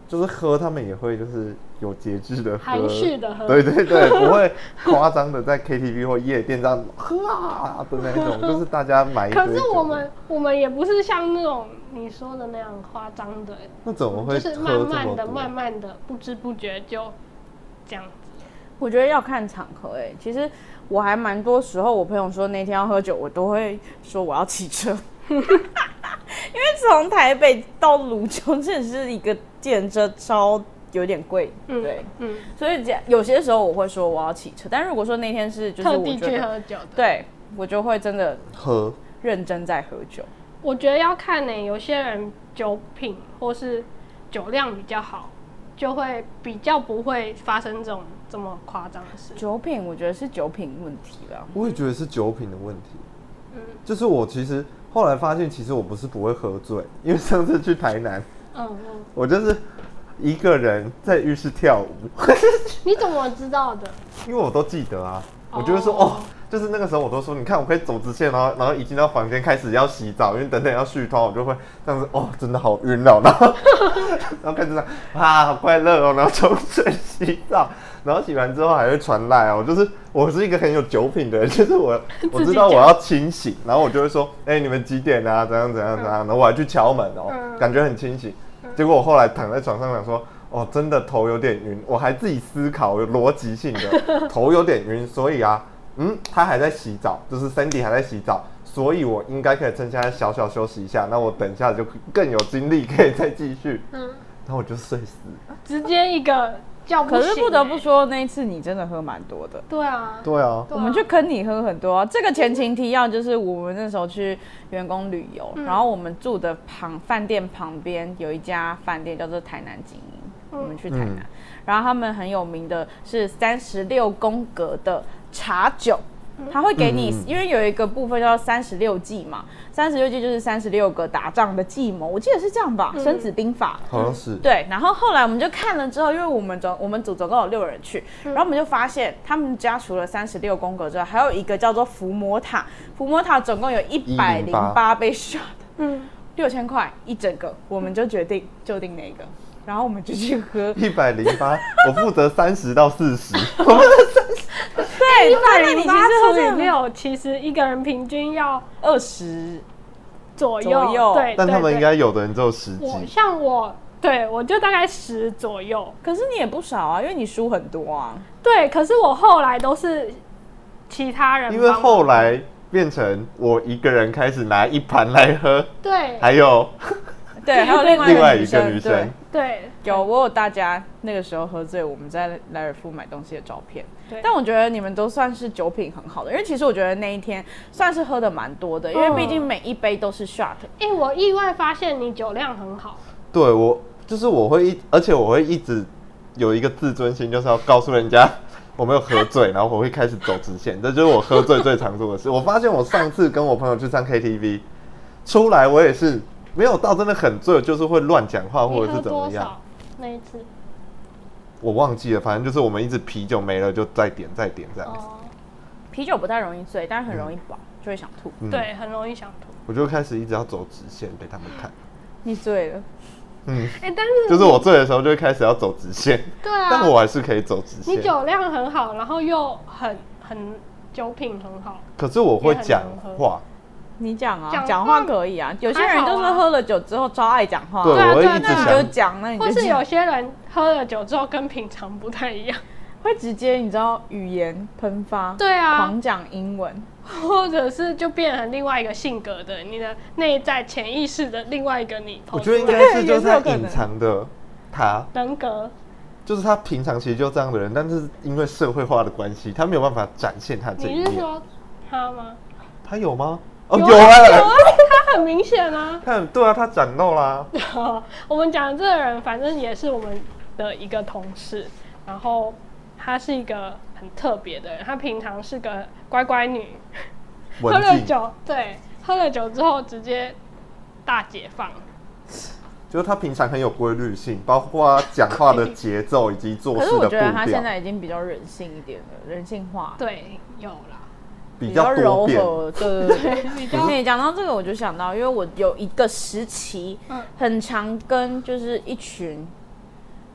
[SPEAKER 3] 就是喝他们也会就是有节制的喝，
[SPEAKER 2] 含蓄地喝
[SPEAKER 3] 对对对，不会夸张的在 KTV 或夜店这样喝啊的那 种，就是大家买一堆
[SPEAKER 2] 可
[SPEAKER 3] 酒。
[SPEAKER 2] 是我们我们也不是像那种你说的那样夸张的欸，
[SPEAKER 3] 那怎么会
[SPEAKER 2] 就是
[SPEAKER 3] 喝这
[SPEAKER 2] 慢
[SPEAKER 3] 么
[SPEAKER 2] 慢
[SPEAKER 3] 多？
[SPEAKER 2] 的、慢慢的、不知不觉就这样子。
[SPEAKER 1] 我觉得要看场合哎、其实我还蛮多时候，我朋友说那天要喝酒，我都会说我要骑车， 因为从台北到泸州这是一个电车超有点贵，
[SPEAKER 2] 嗯
[SPEAKER 1] 对，
[SPEAKER 2] 嗯，
[SPEAKER 1] 所以这样有些时候我会说我要骑车，但如果说那天是就是
[SPEAKER 2] 特
[SPEAKER 1] 我
[SPEAKER 2] 地
[SPEAKER 1] 觉
[SPEAKER 2] 去
[SPEAKER 1] 得
[SPEAKER 2] 喝酒的。
[SPEAKER 1] 对我就会真的
[SPEAKER 3] 喝，
[SPEAKER 1] 认真在喝酒，
[SPEAKER 2] 我觉得要看呢、有些人酒品或是酒量比较好，就会比较不会发生这种这么夸张的事。
[SPEAKER 1] 酒品我觉得是酒品问题了，
[SPEAKER 3] 我也觉得是酒品的问题。
[SPEAKER 2] 嗯
[SPEAKER 3] 就是我其实后来发现，其实我不是不会喝醉，因为上次去台南，
[SPEAKER 2] 嗯嗯，
[SPEAKER 3] 我就是一个人在浴室跳舞，
[SPEAKER 2] 你怎么知道的？
[SPEAKER 3] 因为我都记得啊，我就会说
[SPEAKER 2] 哦
[SPEAKER 3] 哦。就是那个时候，我都说，你看，我可以走直线，然后，然后一进到房间开始要洗澡，因为等等要续通，我就会这样子，哦，真的好晕哦，然后， 然后开始这样，啊，好快乐哦，然后冲水洗澡，然后洗完之后还会传赖哦，就是我是一个很有酒品的人，就 是我我知道我要清醒，然后我就会说，哎、你们几点啊？怎样怎样怎样，然后我还去敲门哦，
[SPEAKER 2] 嗯
[SPEAKER 3] 感觉很清醒，结果我后来躺在床上想说。哦，真的头有点晕，我还自己思考有逻辑 性的，头有点晕，所以啊，嗯，他还在洗澡，就是 Sandy 还在洗澡，所以我应该可以趁现在小小休息一下，那我等一下就更有精力可以再继续，
[SPEAKER 2] 嗯，
[SPEAKER 3] 然后我就睡死。
[SPEAKER 2] 直接一个叫不
[SPEAKER 1] 可
[SPEAKER 2] 醒欸、
[SPEAKER 1] 是不得不说那一次你真的喝蛮多的。
[SPEAKER 2] 对啊，
[SPEAKER 3] 对啊，
[SPEAKER 2] 对
[SPEAKER 1] 我
[SPEAKER 2] 啊
[SPEAKER 1] 们去坑你喝很多、啊。这个前情提要就是我们那时候去员工旅游，
[SPEAKER 3] 嗯
[SPEAKER 1] 然后我们住的旁饭店旁边有一家饭店叫做台南精英，
[SPEAKER 3] 嗯
[SPEAKER 1] 我们去台南，然后他们很有名的是三十六宫格的茶酒，他会给你
[SPEAKER 3] 嗯嗯，嗯
[SPEAKER 1] 因为有一个部分叫三十六计嘛，三十六计就是三十六个打仗的计谋，我记得是这样吧，
[SPEAKER 3] 嗯
[SPEAKER 1] 《孙子兵法》
[SPEAKER 3] 好像是，
[SPEAKER 1] 对，然后后来我们就看了之后，因为我们总我们组总共有六人去，然后我们就发现他们家除了三十六宫格之外，还有一个叫做伏魔塔，伏魔塔总共有一百零八
[SPEAKER 3] 108，
[SPEAKER 1] 被 shot，
[SPEAKER 2] 嗯，
[SPEAKER 1] 六千块一整个，我们就决定就定那个，然后我们就去 喝
[SPEAKER 3] 一百零八，我负责三十到四十，
[SPEAKER 1] 对，一
[SPEAKER 2] 哎那你其实除
[SPEAKER 1] 哎
[SPEAKER 2] 以六，其实一个人平均要
[SPEAKER 1] 二十，
[SPEAKER 2] 左右，
[SPEAKER 1] 左右
[SPEAKER 2] 对，
[SPEAKER 3] 但他
[SPEAKER 2] 对
[SPEAKER 3] 们应
[SPEAKER 2] 对
[SPEAKER 3] 该有的人只有十
[SPEAKER 2] 我
[SPEAKER 3] 几，
[SPEAKER 2] 像我，对我就大概十左右。
[SPEAKER 1] 可是你也不少啊，因为你输很多啊，
[SPEAKER 2] 对，可是我后来都是其他人帮
[SPEAKER 3] 因
[SPEAKER 2] 我，
[SPEAKER 3] 为后来变成我一个人开始拿一盘来喝，
[SPEAKER 2] 对
[SPEAKER 3] 还有
[SPEAKER 1] 对，还有另外
[SPEAKER 3] 另外一
[SPEAKER 1] 一个
[SPEAKER 3] 个
[SPEAKER 1] 女
[SPEAKER 3] 女
[SPEAKER 1] 生，对
[SPEAKER 3] 生，
[SPEAKER 2] 对
[SPEAKER 1] 有，我有大家那个时候喝醉，我们在莱尔夫买东西的照片。
[SPEAKER 2] 对
[SPEAKER 1] 但我觉得你们都算是酒品很好的，因为其实我觉得那一天算是喝的蛮多的，因为
[SPEAKER 2] 嗯
[SPEAKER 1] 毕竟每一杯都是 shot。
[SPEAKER 2] 哎、我意外发现你酒量很好，
[SPEAKER 3] 对我就是我会一，而且我会一直有一个自尊心，就是要告诉人家我没有喝醉，然后我会开始走直线，这就是我喝醉最常做的事。我发现我上次跟我朋友去唱 KTV，出来我也是没有到真的很醉，就是会乱讲话
[SPEAKER 2] 你
[SPEAKER 3] 或者
[SPEAKER 2] 喝
[SPEAKER 3] 是怎么
[SPEAKER 2] 多
[SPEAKER 3] 样，
[SPEAKER 2] 少那一次？
[SPEAKER 3] 我忘记了，反正就是我们一直啤酒没了就再点再点这样子，
[SPEAKER 2] 哦，
[SPEAKER 1] 啤酒不太容易醉，但是很容易饱，就会想吐。
[SPEAKER 3] 嗯
[SPEAKER 2] 对，很容易想吐。
[SPEAKER 3] 我就开始一直要走直线给他们看，
[SPEAKER 1] 你醉了，
[SPEAKER 3] 嗯，
[SPEAKER 2] 哎、但是
[SPEAKER 3] 就是我醉的时候就会开始要走直线，
[SPEAKER 2] 对啊，
[SPEAKER 3] 但我还是可以走直
[SPEAKER 2] 你
[SPEAKER 3] 线，
[SPEAKER 2] 酒量很好，然后又很很酒品很好，
[SPEAKER 3] 可是我会讲
[SPEAKER 2] 也很能喝
[SPEAKER 3] 话。
[SPEAKER 1] 你讲啊，
[SPEAKER 2] 讲话
[SPEAKER 1] 讲话可以啊。有些人就是喝了酒之后超爱讲话，
[SPEAKER 3] 对，
[SPEAKER 2] 啊
[SPEAKER 3] 我会
[SPEAKER 2] 对啊
[SPEAKER 3] 一直
[SPEAKER 2] 对啊
[SPEAKER 1] 那
[SPEAKER 3] 想
[SPEAKER 1] 你就讲，哎那你
[SPEAKER 2] 或
[SPEAKER 1] 就是
[SPEAKER 2] 有
[SPEAKER 1] 讲
[SPEAKER 2] 些人喝了酒之后跟平常不太一样，
[SPEAKER 1] 会直接你知道语言喷发，
[SPEAKER 2] 对啊
[SPEAKER 1] 狂讲英文。
[SPEAKER 2] 或者是就变成另外一个性格的，你的内在潜意识的另外一个你跑
[SPEAKER 3] 我
[SPEAKER 2] 出来，
[SPEAKER 3] 觉得应该
[SPEAKER 1] 对
[SPEAKER 3] 是就是他
[SPEAKER 1] 也是有可能
[SPEAKER 3] 隐藏的他，
[SPEAKER 2] 人格。
[SPEAKER 3] 就是他平常其实就这样的人，但是因为社会化的关系，他没有办法展现他这一
[SPEAKER 2] 你是
[SPEAKER 3] 面。
[SPEAKER 2] 说他吗？
[SPEAKER 3] 他有吗？哦，
[SPEAKER 2] 有
[SPEAKER 3] 有
[SPEAKER 2] 啊有啊
[SPEAKER 3] 啊，
[SPEAKER 2] 他很明显 啊。
[SPEAKER 3] 他很对啊，他展露啦。
[SPEAKER 2] 我们讲的这个人，反正也是我们的一个同事，然后她是一个很特别的人，她平常是个乖乖女，喝
[SPEAKER 3] 文
[SPEAKER 2] 了
[SPEAKER 3] 静，
[SPEAKER 2] 酒，对，喝了酒之后直接大解放。
[SPEAKER 3] 就是他平常很有规律性，包括讲话的节奏以及做
[SPEAKER 1] 可是
[SPEAKER 3] 事
[SPEAKER 1] 我
[SPEAKER 3] 的
[SPEAKER 1] 觉得
[SPEAKER 3] 步
[SPEAKER 1] 他
[SPEAKER 3] 调
[SPEAKER 1] 现，在已经比较人性一点了，人性化，
[SPEAKER 2] 对，有啦，
[SPEAKER 3] 比
[SPEAKER 1] 较
[SPEAKER 3] 较
[SPEAKER 1] 柔
[SPEAKER 3] 多变。
[SPEAKER 1] 和。对对对。
[SPEAKER 2] 比较
[SPEAKER 1] 你讲到这个，我就想到，因为我有一个时期，
[SPEAKER 2] 嗯
[SPEAKER 1] 很常跟就是一群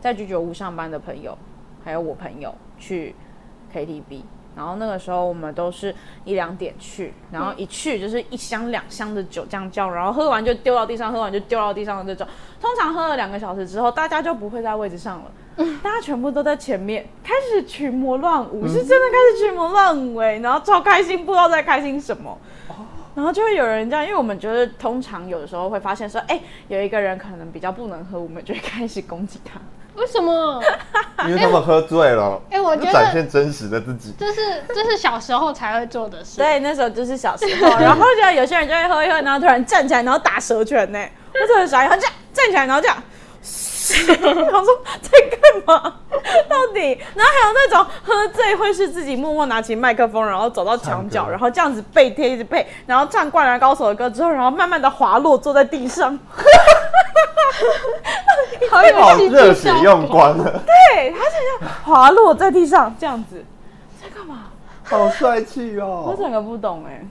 [SPEAKER 1] 在居酒屋上班的朋友，还有我朋友去 KTV，然后那个时候我们都是一两点去，然后一去就是一箱两箱的酒这样叫，然后喝完就丢到地上，喝完就丢到地上的这种。通常喝了两个小时之后，大家就不会在位置上了。大家全部都在前面开始群魔乱舞，是真的开始群魔乱舞哎、然后超开心，不知道在开心什么。然后就会有人这样，因为我们觉得通常有的时候会发现说，哎、有一个人可能比较不能喝，我们就会开始攻击他。
[SPEAKER 2] 为什么？
[SPEAKER 3] 因为他们喝醉了，
[SPEAKER 2] 哎我
[SPEAKER 3] 就
[SPEAKER 2] 觉得
[SPEAKER 3] 展现真实的自己。
[SPEAKER 2] 这是这是小时候才会做的事。
[SPEAKER 1] 对，那时候就是小时候，然后就有些人就会喝一喝，然后突然站起来，然后打蛇拳呢、我真的很傻眼，他这样站起来，然后这样。我说在干嘛？到底？然后还有那种喝醉会是自己默默拿起麦克风，然后走到墙角，
[SPEAKER 3] 唱歌
[SPEAKER 1] 然后这样子背贴一直背，然后唱《灌篮高手》的歌之后，然后慢慢的滑落坐在地上。
[SPEAKER 2] 好有
[SPEAKER 3] 好
[SPEAKER 2] 戏剧
[SPEAKER 3] 热血
[SPEAKER 2] 效果
[SPEAKER 3] 用光了，
[SPEAKER 1] 对，他是这样滑落在地上这样子。
[SPEAKER 3] 好帅气
[SPEAKER 1] 我
[SPEAKER 3] 哦。
[SPEAKER 1] 整个不懂哎、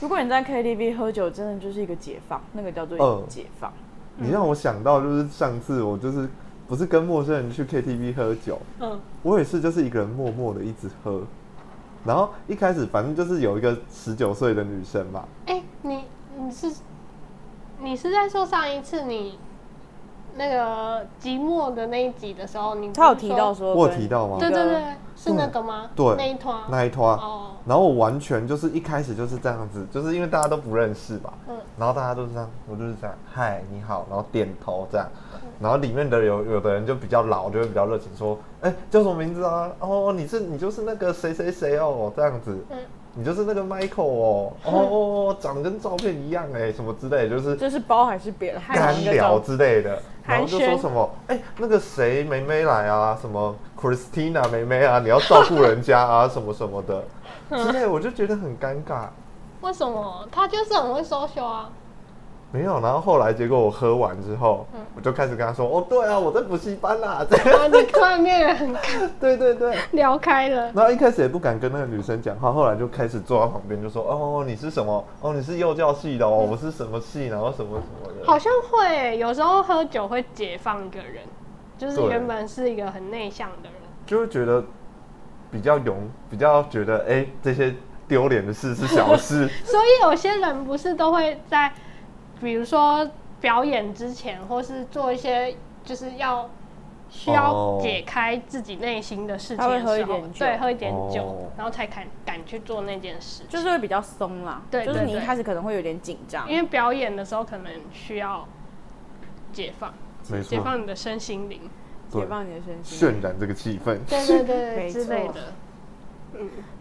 [SPEAKER 1] 如果你在 KTV 喝酒，真的就是一个解放，那个叫做
[SPEAKER 3] 嗯
[SPEAKER 1] 解放。
[SPEAKER 3] 你让我想到就是上次我就是不是跟陌生人去 KTV 喝酒，
[SPEAKER 2] 嗯，
[SPEAKER 3] 我也是，就是一个人默默的一直喝，然后一开始反正就是有一个十九岁的女生嘛，
[SPEAKER 2] 哎、你你是你是在说上一次你那个寂寞的那一集的时候，你不是
[SPEAKER 1] 他有提到说跟，
[SPEAKER 3] 我有提到吗
[SPEAKER 2] 对对对，是
[SPEAKER 3] 对
[SPEAKER 2] 那个吗？
[SPEAKER 3] 对
[SPEAKER 2] 那一团。
[SPEAKER 3] 那一拖，
[SPEAKER 2] 哦，
[SPEAKER 3] 然后我完全就是一开始就是这样子，就是因为大家都不认识嘛，
[SPEAKER 2] 嗯
[SPEAKER 3] 然后大家都是这样，我就是这样，嗨，你好，然后点头这样，
[SPEAKER 2] 嗯
[SPEAKER 3] 然后里面的有有的人就比较老，就会比较热情，说，哎，叫什么名字啊？哦，你是你就是那个谁谁谁哦，这样子，
[SPEAKER 2] 嗯
[SPEAKER 3] 你就是那个 Michael 哦，哦，长跟照片一样哎、什么之类的，就是
[SPEAKER 1] 这是包还是扁？还
[SPEAKER 3] 干
[SPEAKER 1] 是一个
[SPEAKER 3] 聊
[SPEAKER 1] 照片
[SPEAKER 3] 之类的，然
[SPEAKER 2] 寒
[SPEAKER 3] 后就
[SPEAKER 2] 暄
[SPEAKER 3] 说什么，哎、那个谁梅梅来啊，什么 Christina 梅梅啊， 你要照顾人家啊， 什么什么的之类，我就觉得很尴尬。
[SPEAKER 2] 为什么？他就是很会 social 啊。
[SPEAKER 3] 没有，然后后来结果我喝完之后，我就开始跟他说，哦，对啊， 我在补习班啦、这样，
[SPEAKER 2] 然啊后你突然变得很
[SPEAKER 3] 对对对。
[SPEAKER 2] 聊开 了，
[SPEAKER 3] 然后一开始也不敢跟那个女生讲话，后来就开始坐在旁边就说，哦，你是什么？哦，你是幼教系的哦，我是什么系，然后什么什么的。
[SPEAKER 2] 好像会欸、有时候喝酒会解放一个人，就是
[SPEAKER 3] 对
[SPEAKER 2] 原本是一个很内向的人，
[SPEAKER 3] 就会觉得比较勇，比较觉得哎、这些丢脸的事是小事。
[SPEAKER 2] 所以有些人不是都会在，比如说表演之前，或是做一些就是要需要
[SPEAKER 3] 哦
[SPEAKER 2] 解开自己内心的事情
[SPEAKER 1] 他会
[SPEAKER 2] 的时候，
[SPEAKER 1] 喝一点酒
[SPEAKER 2] 对，喝一点酒，
[SPEAKER 3] 哦
[SPEAKER 2] 然后才敢敢去做那件事情。
[SPEAKER 1] 就是会比较松啦，
[SPEAKER 2] 对
[SPEAKER 1] 就是
[SPEAKER 2] 对
[SPEAKER 1] 你一
[SPEAKER 2] 对
[SPEAKER 1] 开始可能会有点紧张，
[SPEAKER 2] 因为表演的时候可能需要解放，
[SPEAKER 3] 没
[SPEAKER 2] 解
[SPEAKER 3] 错，
[SPEAKER 2] 放你的身心灵，
[SPEAKER 3] 对
[SPEAKER 1] 解放你的身心
[SPEAKER 3] 渲染这个气氛。
[SPEAKER 2] 对对
[SPEAKER 1] 没
[SPEAKER 2] 对之类
[SPEAKER 1] 错
[SPEAKER 2] 的。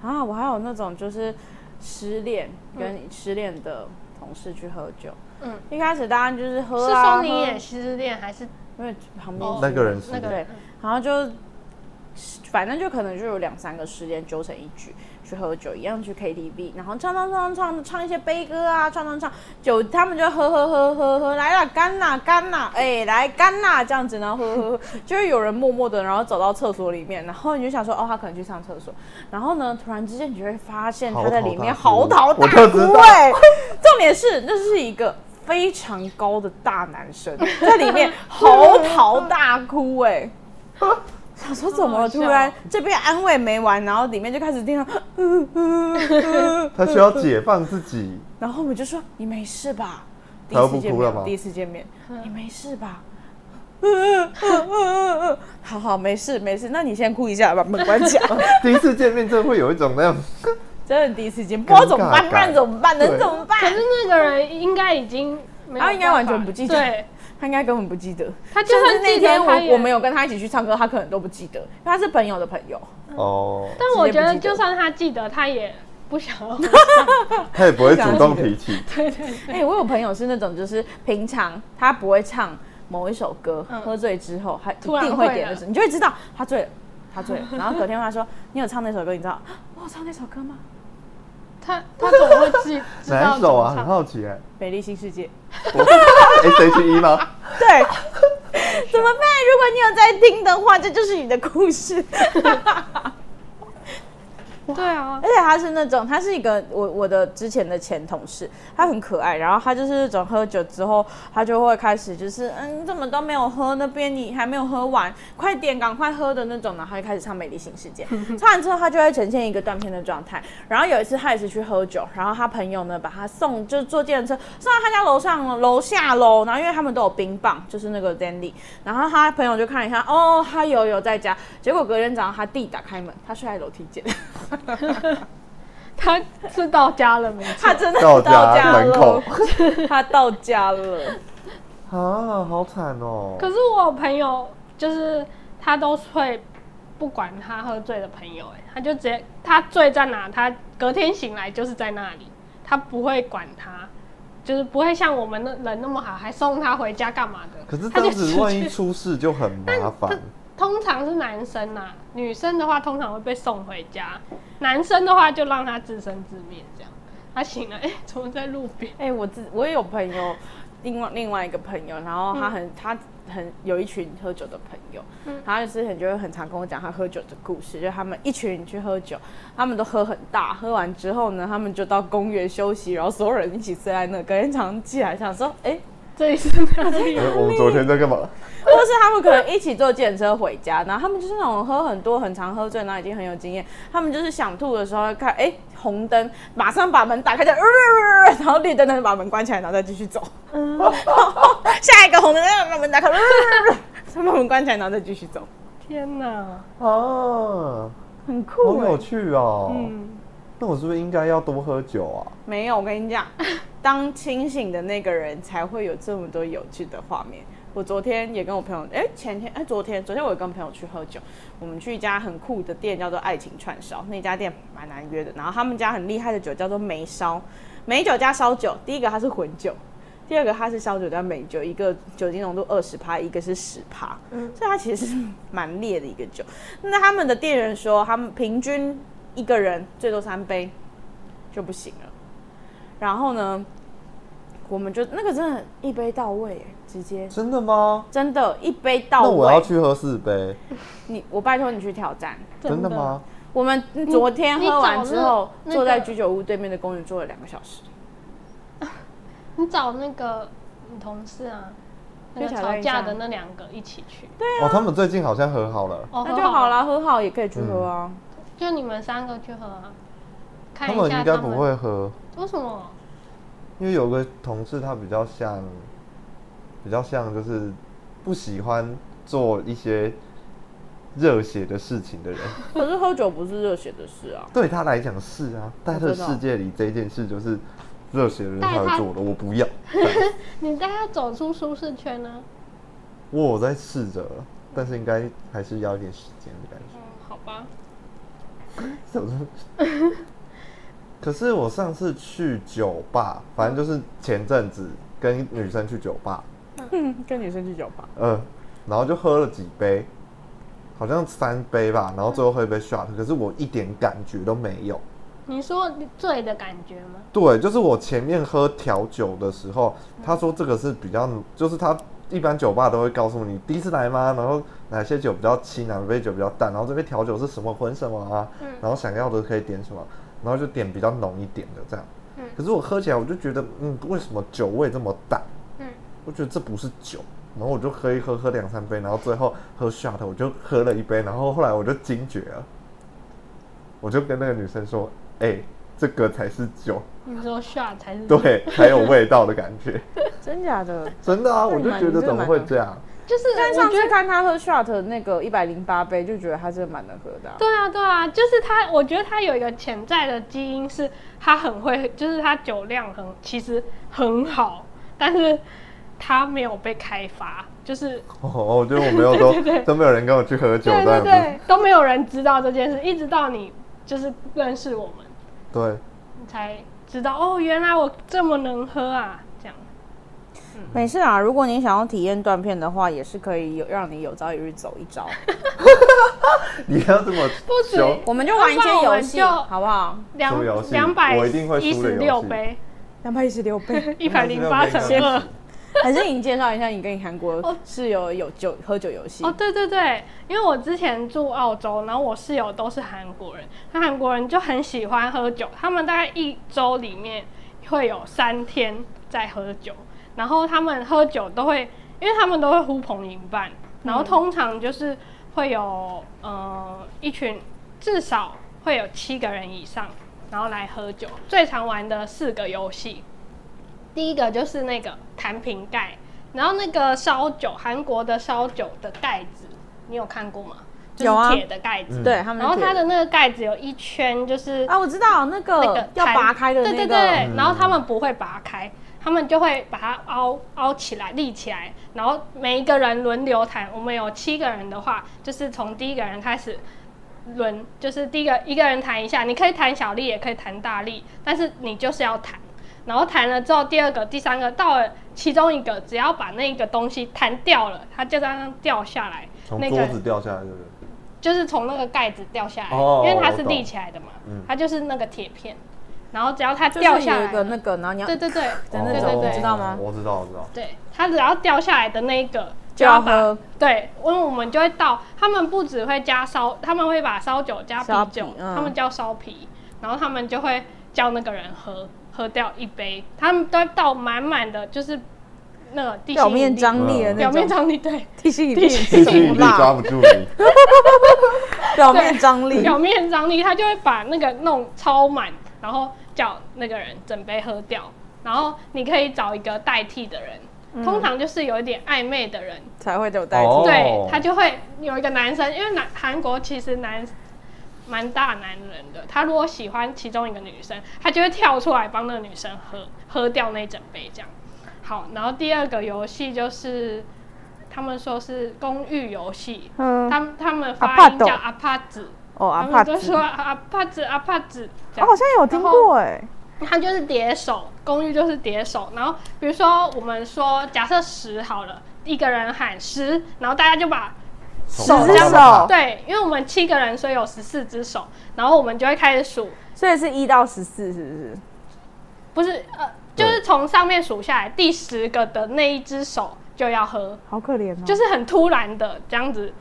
[SPEAKER 1] 啊。我还有那种就是失恋跟失恋的同事去喝酒，
[SPEAKER 2] 嗯，
[SPEAKER 1] 一开始当然就是喝
[SPEAKER 2] 是
[SPEAKER 1] 啊，
[SPEAKER 2] 说你
[SPEAKER 1] 喝啊
[SPEAKER 2] 也失恋，还是
[SPEAKER 1] 因为旁边
[SPEAKER 2] 哦
[SPEAKER 3] 那个人是
[SPEAKER 2] 那个
[SPEAKER 1] 对，然后就反正就可能就有两三个时间揪成一局去喝酒，一样去 KTV，然后唱唱唱唱唱一些悲歌啊，唱唱唱酒，他们就喝喝喝喝喝，来啦干啦干啦，哎、来干啦这样子，然后喝喝喝， 就会有人默默的，然后走到厕所里面，然后你就想说哦，他可能去上厕所，然后呢，突然之间你就会发现他在里面嚎
[SPEAKER 3] 嚎
[SPEAKER 1] 啕
[SPEAKER 3] 啕
[SPEAKER 1] 大
[SPEAKER 3] 大
[SPEAKER 1] 哭、
[SPEAKER 3] 哭我就知道
[SPEAKER 1] 哎， 重点是那是一个。非常高的大男生在里面嚎啕大哭、哎，想说怎么了突然这边安慰没完，然后里面就开始听到， 嗯嗯嗯，
[SPEAKER 3] 他需要解放自己，
[SPEAKER 1] 然后我们就说你没事吧？第
[SPEAKER 3] 他
[SPEAKER 1] 一
[SPEAKER 3] 又
[SPEAKER 1] 次
[SPEAKER 3] 不
[SPEAKER 1] 见
[SPEAKER 3] 哭了吗
[SPEAKER 1] 面，第一次见 面，你没事吧？ 嗯嗯嗯嗯嗯，好好，没事没事，那你先哭一下，把门关起 来。
[SPEAKER 3] 第一次见面真的会有一种 那样，
[SPEAKER 1] 真的第一次见，不知道怎么办，
[SPEAKER 3] 尴尬
[SPEAKER 1] 那怎么办？能
[SPEAKER 3] 对
[SPEAKER 1] 怎么办
[SPEAKER 2] 可？是那个人应该已经没有办法，
[SPEAKER 1] 他应该完全不记得
[SPEAKER 2] 对，
[SPEAKER 1] 他应该根本不记得，
[SPEAKER 2] 他就算
[SPEAKER 1] 甚至那
[SPEAKER 2] 记得
[SPEAKER 1] 天
[SPEAKER 2] 他也
[SPEAKER 1] 我我们有跟他一起去唱歌，他可能都不记得，因为他是朋友的朋友。
[SPEAKER 3] 哦，
[SPEAKER 2] 但我
[SPEAKER 1] 直
[SPEAKER 2] 觉
[SPEAKER 1] 接不
[SPEAKER 2] 得
[SPEAKER 1] 记得
[SPEAKER 2] 就算他记得，他也不想要。
[SPEAKER 3] 他也不会主动提起。
[SPEAKER 2] 对对对，
[SPEAKER 1] 哎、我有朋友是那种，就是平常他不会唱某一首歌，
[SPEAKER 2] 嗯
[SPEAKER 1] 喝醉之后他
[SPEAKER 2] 突
[SPEAKER 1] 一
[SPEAKER 2] 然
[SPEAKER 1] 定会
[SPEAKER 2] 会
[SPEAKER 1] 点
[SPEAKER 2] 了
[SPEAKER 1] 那首，你就会知道他醉了，他 醉了。然后隔天他说：“你有唱那首歌？你知道我有唱那首歌吗？
[SPEAKER 2] 他他怎么会记知道
[SPEAKER 3] 哪一
[SPEAKER 2] 怎
[SPEAKER 3] 首啊？
[SPEAKER 2] 么唱？
[SPEAKER 3] 很好奇哎、
[SPEAKER 1] 《美丽新世 界》
[SPEAKER 3] 我 S H E 吗？
[SPEAKER 1] 对， 怎么办？如果你有在听的话，这就是你的故事。
[SPEAKER 2] 对啊，
[SPEAKER 1] 而且他是那种，他是一个我我的之前的前同事，他很可爱。然后他就是那种喝酒之后，他就会开始就是，嗯，你怎么都没有喝，那边你还没有喝完，快点，赶快喝的那种。然后他就开始唱《美丽新世界》，唱完之后他就会呈现一个断片的状态。然后有一次他也是去喝酒，然后他朋友呢把他送，就是坐电车送到他家楼上了楼下楼。然后因为他们都有冰棒，就是那个 Dandy，然后他朋友就看了一下，哦，他有有在家。结果隔天早上他弟打开门，他睡在楼梯间。
[SPEAKER 2] 他是到家了没错？
[SPEAKER 1] 他真的
[SPEAKER 3] 到
[SPEAKER 1] 家
[SPEAKER 3] 家门口
[SPEAKER 1] 了， 他到家了。
[SPEAKER 3] 啊，好惨哦、
[SPEAKER 2] 可是我朋友就是他都会不管他喝醉的朋友、哎，他就直接他醉在哪，他隔天醒来就是在那里，他不会管他，就是不会像我们那人那么好，还送他回家干嘛的。
[SPEAKER 3] 可是
[SPEAKER 2] 他
[SPEAKER 3] 这
[SPEAKER 2] 就
[SPEAKER 3] 样
[SPEAKER 2] 直
[SPEAKER 3] 子
[SPEAKER 2] 接
[SPEAKER 3] 万一出事就很麻烦。
[SPEAKER 2] 通常是男生呐、女生的话通常会被送回家，男生的话就让他自生自灭这样。他醒了， 哎、怎么在路边？
[SPEAKER 1] 哎、我自我也有朋友，另外另外一个朋友，然后他很、他很有一群喝酒的朋友，
[SPEAKER 2] 嗯
[SPEAKER 1] 他就是很就会很常跟我讲他喝酒的故事，就他们一群人去喝酒，他们都喝很大，喝完之后呢，他们就到公园休息，然后所有人一起睡在那，隔天早上起来想说，哎、
[SPEAKER 2] 这里是哪 里？
[SPEAKER 3] 哎我们昨天在干嘛？
[SPEAKER 1] 或者是他们可能一起坐计程车回家，然后他们就是那种喝很多、很常喝醉，然后已经很有经验。他们就是想吐的时候看，哎、红灯，马上把门打开，再、呃，然后绿灯，再把门关起来，然后再继续走。下一个红灯，再把门打开，呃，再把门关起来，然后再继续走。
[SPEAKER 2] 天哪！
[SPEAKER 3] 啊，
[SPEAKER 1] 很
[SPEAKER 3] 好
[SPEAKER 1] 酷、
[SPEAKER 3] 有
[SPEAKER 1] 欸，
[SPEAKER 3] 趣哦、
[SPEAKER 2] 嗯，
[SPEAKER 3] 那我是不是应该要多喝酒啊？
[SPEAKER 1] 没有，我跟你讲，当清醒的那个人才会有这么多有趣的画面。我昨天也跟我朋友，哎、前天哎、昨天昨天我也跟朋友去喝酒，我们去一家很酷的店，叫做爱情串烧，那家店蛮难约的。然后他们家很厉害的酒叫做梅烧，美酒加烧酒，第一个它是混酒。第二个它是烧酒加美酒，一个酒精浓度二十趴，一个是十趴，所以它其实是蛮烈的一个酒。那他们的店员说，他们平均一个人最多三杯就不行了。然后呢，我们就那个真的一杯到位耶，直接
[SPEAKER 3] 真的吗？
[SPEAKER 1] 真的，一杯到
[SPEAKER 3] 那
[SPEAKER 1] 位。
[SPEAKER 3] 我要去喝四杯，
[SPEAKER 1] 你，我拜托你去挑战。
[SPEAKER 3] 真的吗？
[SPEAKER 1] 我们昨天
[SPEAKER 2] 你
[SPEAKER 1] 喝完
[SPEAKER 2] 找
[SPEAKER 1] 之
[SPEAKER 2] 那
[SPEAKER 1] 后，
[SPEAKER 2] 那
[SPEAKER 1] 坐在
[SPEAKER 2] 个
[SPEAKER 1] 居酒屋对面的公园坐了两个小时。
[SPEAKER 2] 你找那个你同事啊，那个
[SPEAKER 1] 就挑
[SPEAKER 2] 吵
[SPEAKER 1] 战一
[SPEAKER 2] 架
[SPEAKER 1] 下
[SPEAKER 2] 的那两个一起去。
[SPEAKER 3] 哦，他们最近好像和好了。
[SPEAKER 2] 哦，
[SPEAKER 1] 那
[SPEAKER 2] 很
[SPEAKER 1] 就好，啦，喝好也可以去喝啊。
[SPEAKER 2] 就你们三个去喝啊。看
[SPEAKER 3] 他
[SPEAKER 2] 一下
[SPEAKER 3] 们应该不会喝，
[SPEAKER 2] 为什么？
[SPEAKER 3] 因为有个同事他比较像，比较像就是不喜欢做一些热血的事情的人。
[SPEAKER 1] 可是喝酒不是热血的事啊。
[SPEAKER 3] 对他来讲是啊，在他的世界里这件事就是热血的人才会做的，我不要。
[SPEAKER 2] 你带他走出舒适圈啊呢、
[SPEAKER 3] 我有在试着了，但是应该还是要一点时间的感觉。
[SPEAKER 2] 嗯，好吧。
[SPEAKER 3] 怎么说可是我上次去酒吧，反正就是前阵子跟女生去酒吧，
[SPEAKER 1] 嗯，跟女生去酒吧，
[SPEAKER 3] 嗯，然后就喝了几杯，好像三杯吧，然后最后喝一杯 shot，可是我一点感觉都没有。
[SPEAKER 2] 你说你醉的感觉吗？
[SPEAKER 3] 对，就是我前面喝调酒的时候，他说这个是比较，就是他一般酒吧都会告诉你第一次来吗？然后哪些酒比较轻，哪杯酒比较淡，然后这杯调酒是什么混什么啊，然后想要的可以点什么，然后就点比较浓一点的这样
[SPEAKER 2] 嗯。
[SPEAKER 3] 可是我喝起来我就觉得，嗯，为什么酒味这么淡？
[SPEAKER 2] 嗯，
[SPEAKER 3] 我觉得这不是酒。然后我就喝一喝，喝两三杯，然后最后喝 shot，我就喝了一杯，然后后来我就惊觉了，我就跟那个女生说，哎、这个才是 酒。
[SPEAKER 2] 你说 shot 才是，
[SPEAKER 3] 对，才有味道的感 觉。
[SPEAKER 1] 真假的？
[SPEAKER 3] 真的啊，
[SPEAKER 1] 那
[SPEAKER 3] 我
[SPEAKER 1] 你
[SPEAKER 3] 就
[SPEAKER 1] 蛮
[SPEAKER 3] 觉
[SPEAKER 1] 你
[SPEAKER 3] 得
[SPEAKER 1] 这
[SPEAKER 3] 怎么
[SPEAKER 1] 蛮
[SPEAKER 3] 会
[SPEAKER 1] 能
[SPEAKER 3] 这样？
[SPEAKER 2] 就是
[SPEAKER 1] 但
[SPEAKER 2] 我
[SPEAKER 1] 上
[SPEAKER 2] 觉
[SPEAKER 1] 次
[SPEAKER 2] 得
[SPEAKER 1] 看他喝 shot 那个一百零八杯，就觉得他真的蛮能喝的啊、
[SPEAKER 2] 对啊对啊，就是他，我觉得他有一个潜在的基因是，他很会，就是他酒量很其实很好，但是他没有被开发，就是
[SPEAKER 3] 哦，我觉得我 没有都都没有人跟我去喝酒
[SPEAKER 2] 对
[SPEAKER 3] 这
[SPEAKER 2] 对
[SPEAKER 3] 样子。
[SPEAKER 2] 对，都没有人知道这件事，一直到你就是认识我们，
[SPEAKER 3] 对，
[SPEAKER 2] 你才知道哦，原来我这么能喝啊，这样。
[SPEAKER 1] 没事啊，如果你想要体验断片的话，也是可以有让你有朝一日走一遭。
[SPEAKER 3] 你要这么
[SPEAKER 2] 不止
[SPEAKER 3] 凶
[SPEAKER 1] 我们就玩一些游戏，
[SPEAKER 2] 那不然我们就
[SPEAKER 1] 好不好？
[SPEAKER 3] 什
[SPEAKER 2] 两
[SPEAKER 3] 么游戏
[SPEAKER 2] 两百
[SPEAKER 3] 我一定会
[SPEAKER 2] 一
[SPEAKER 3] 输的
[SPEAKER 2] 十
[SPEAKER 3] 游戏
[SPEAKER 2] 六杯，
[SPEAKER 1] 两百一十六杯，
[SPEAKER 2] 一百零八乘
[SPEAKER 3] 216
[SPEAKER 2] 二
[SPEAKER 3] 杯。
[SPEAKER 1] 还是你介绍一下你跟你韩国
[SPEAKER 2] 哦
[SPEAKER 1] 室友有酒喝酒游戏
[SPEAKER 2] 哦，？对对对，因为我之前住澳洲，然后我室友都是韩国人，那韩国人就很喜欢喝酒，他们大概一周里面会有三天在喝酒，然后他们喝酒都会，因为他们都会呼朋引伴，然后通常就是会有呃一群至少会有七个人以上，然后来喝酒，最常玩的四个游戏，第一个就是那个弹瓶盖，然后那个烧酒，韩国的烧酒的盖子，你有看过吗？
[SPEAKER 1] 有
[SPEAKER 2] 就
[SPEAKER 1] 啊
[SPEAKER 2] 是铁的盖子。
[SPEAKER 3] 嗯
[SPEAKER 1] 对他们
[SPEAKER 2] 然后
[SPEAKER 1] 铁
[SPEAKER 2] 它的那个盖子有一圈，就是
[SPEAKER 1] 啊，我知道那个
[SPEAKER 2] 那个
[SPEAKER 1] 要
[SPEAKER 2] 弹
[SPEAKER 1] 拔开的那个，
[SPEAKER 2] 对对
[SPEAKER 3] 嗯
[SPEAKER 2] 对，然后他们不会拔开，他们就会把它凹凹起来、立起来，然后每一个人轮流弹。我们有七个人的话，就是从第一个人开始轮，就是第一个一个人弹一下，你可以弹小力，也可以弹大力，但是你就是要弹。然后弹了之后，第二个、第三个到了其中一个，只要把那个东西弹掉了，它就这样掉下来，
[SPEAKER 3] 从
[SPEAKER 2] 那
[SPEAKER 3] 桌
[SPEAKER 2] 个
[SPEAKER 3] 子掉下来，对不对？
[SPEAKER 2] 就是从那个盖子掉下来，
[SPEAKER 3] 哦
[SPEAKER 2] 因为它是
[SPEAKER 3] 我懂
[SPEAKER 2] 立起来的嘛，
[SPEAKER 3] 嗯
[SPEAKER 2] 它就是那个铁片，然后只要它
[SPEAKER 1] 就
[SPEAKER 2] 掉
[SPEAKER 1] 是
[SPEAKER 2] 下
[SPEAKER 1] 有一
[SPEAKER 2] 来
[SPEAKER 1] 个
[SPEAKER 2] 了，
[SPEAKER 1] 那个，然后你要
[SPEAKER 2] 对对对
[SPEAKER 1] 的
[SPEAKER 3] 哦
[SPEAKER 1] 那
[SPEAKER 2] 对
[SPEAKER 1] 种
[SPEAKER 2] 对对
[SPEAKER 1] 知道吗
[SPEAKER 3] 我知道，我知道。
[SPEAKER 2] 对，它只要掉下来的那一个
[SPEAKER 1] 就要
[SPEAKER 2] 把
[SPEAKER 1] 喝
[SPEAKER 2] 对，因为我们就会倒，他们不只会加烧，他们会把烧酒加啤
[SPEAKER 1] 烧啤
[SPEAKER 2] 酒，
[SPEAKER 1] 嗯
[SPEAKER 2] 他们叫烧啤，然后他们就会叫那个人喝，喝掉一杯，他们都会倒满满的，就是那个地心
[SPEAKER 1] 表
[SPEAKER 2] 引
[SPEAKER 1] 面
[SPEAKER 2] 力
[SPEAKER 1] 张力的那
[SPEAKER 2] 表
[SPEAKER 1] 种，
[SPEAKER 2] 面张力对。
[SPEAKER 1] 地心引力
[SPEAKER 3] 必
[SPEAKER 1] 是什
[SPEAKER 3] 须嗯引
[SPEAKER 1] 么
[SPEAKER 3] 力 E 抓
[SPEAKER 1] 啦？
[SPEAKER 3] 不住你，
[SPEAKER 1] 表面张力，
[SPEAKER 2] 表面张力，他就会把那个弄超满，然后叫那个人整杯喝掉，然后你可以找一个代替的人，通常就是有一点暧昧的人，
[SPEAKER 1] 才会有代
[SPEAKER 3] 哦
[SPEAKER 1] 替。
[SPEAKER 2] 对他就会有一个男生，因为男韩国其实男蛮大男人的，他如果喜欢其中一个女生，他就会跳出来帮那个女生喝喝掉那一整杯这样。好，然后第二个游戏就是他们说是公寓游戏，
[SPEAKER 1] 嗯，
[SPEAKER 2] 他们他们发音叫阿帕子，
[SPEAKER 1] 哦，阿
[SPEAKER 2] 他
[SPEAKER 1] 帕
[SPEAKER 2] 们
[SPEAKER 1] 子，
[SPEAKER 2] 都说阿帕子阿帕子，这
[SPEAKER 1] 我
[SPEAKER 2] 样
[SPEAKER 1] 好像有听过哎，
[SPEAKER 2] 它就是叠手，公寓就是叠手。然后比如说我们说假设十好了，一个人喊十，然后大家就把
[SPEAKER 1] 手
[SPEAKER 3] 指
[SPEAKER 1] 指手
[SPEAKER 2] 对，因为我们七个人，所以有十四只手，然后我们就会开始数，
[SPEAKER 1] 所以是一到十四，是不是？
[SPEAKER 2] 不是呃，就是从上面数下来，第十个的那一只手就要喝，
[SPEAKER 1] 好可怜哦，
[SPEAKER 2] 就是是很突然的这样子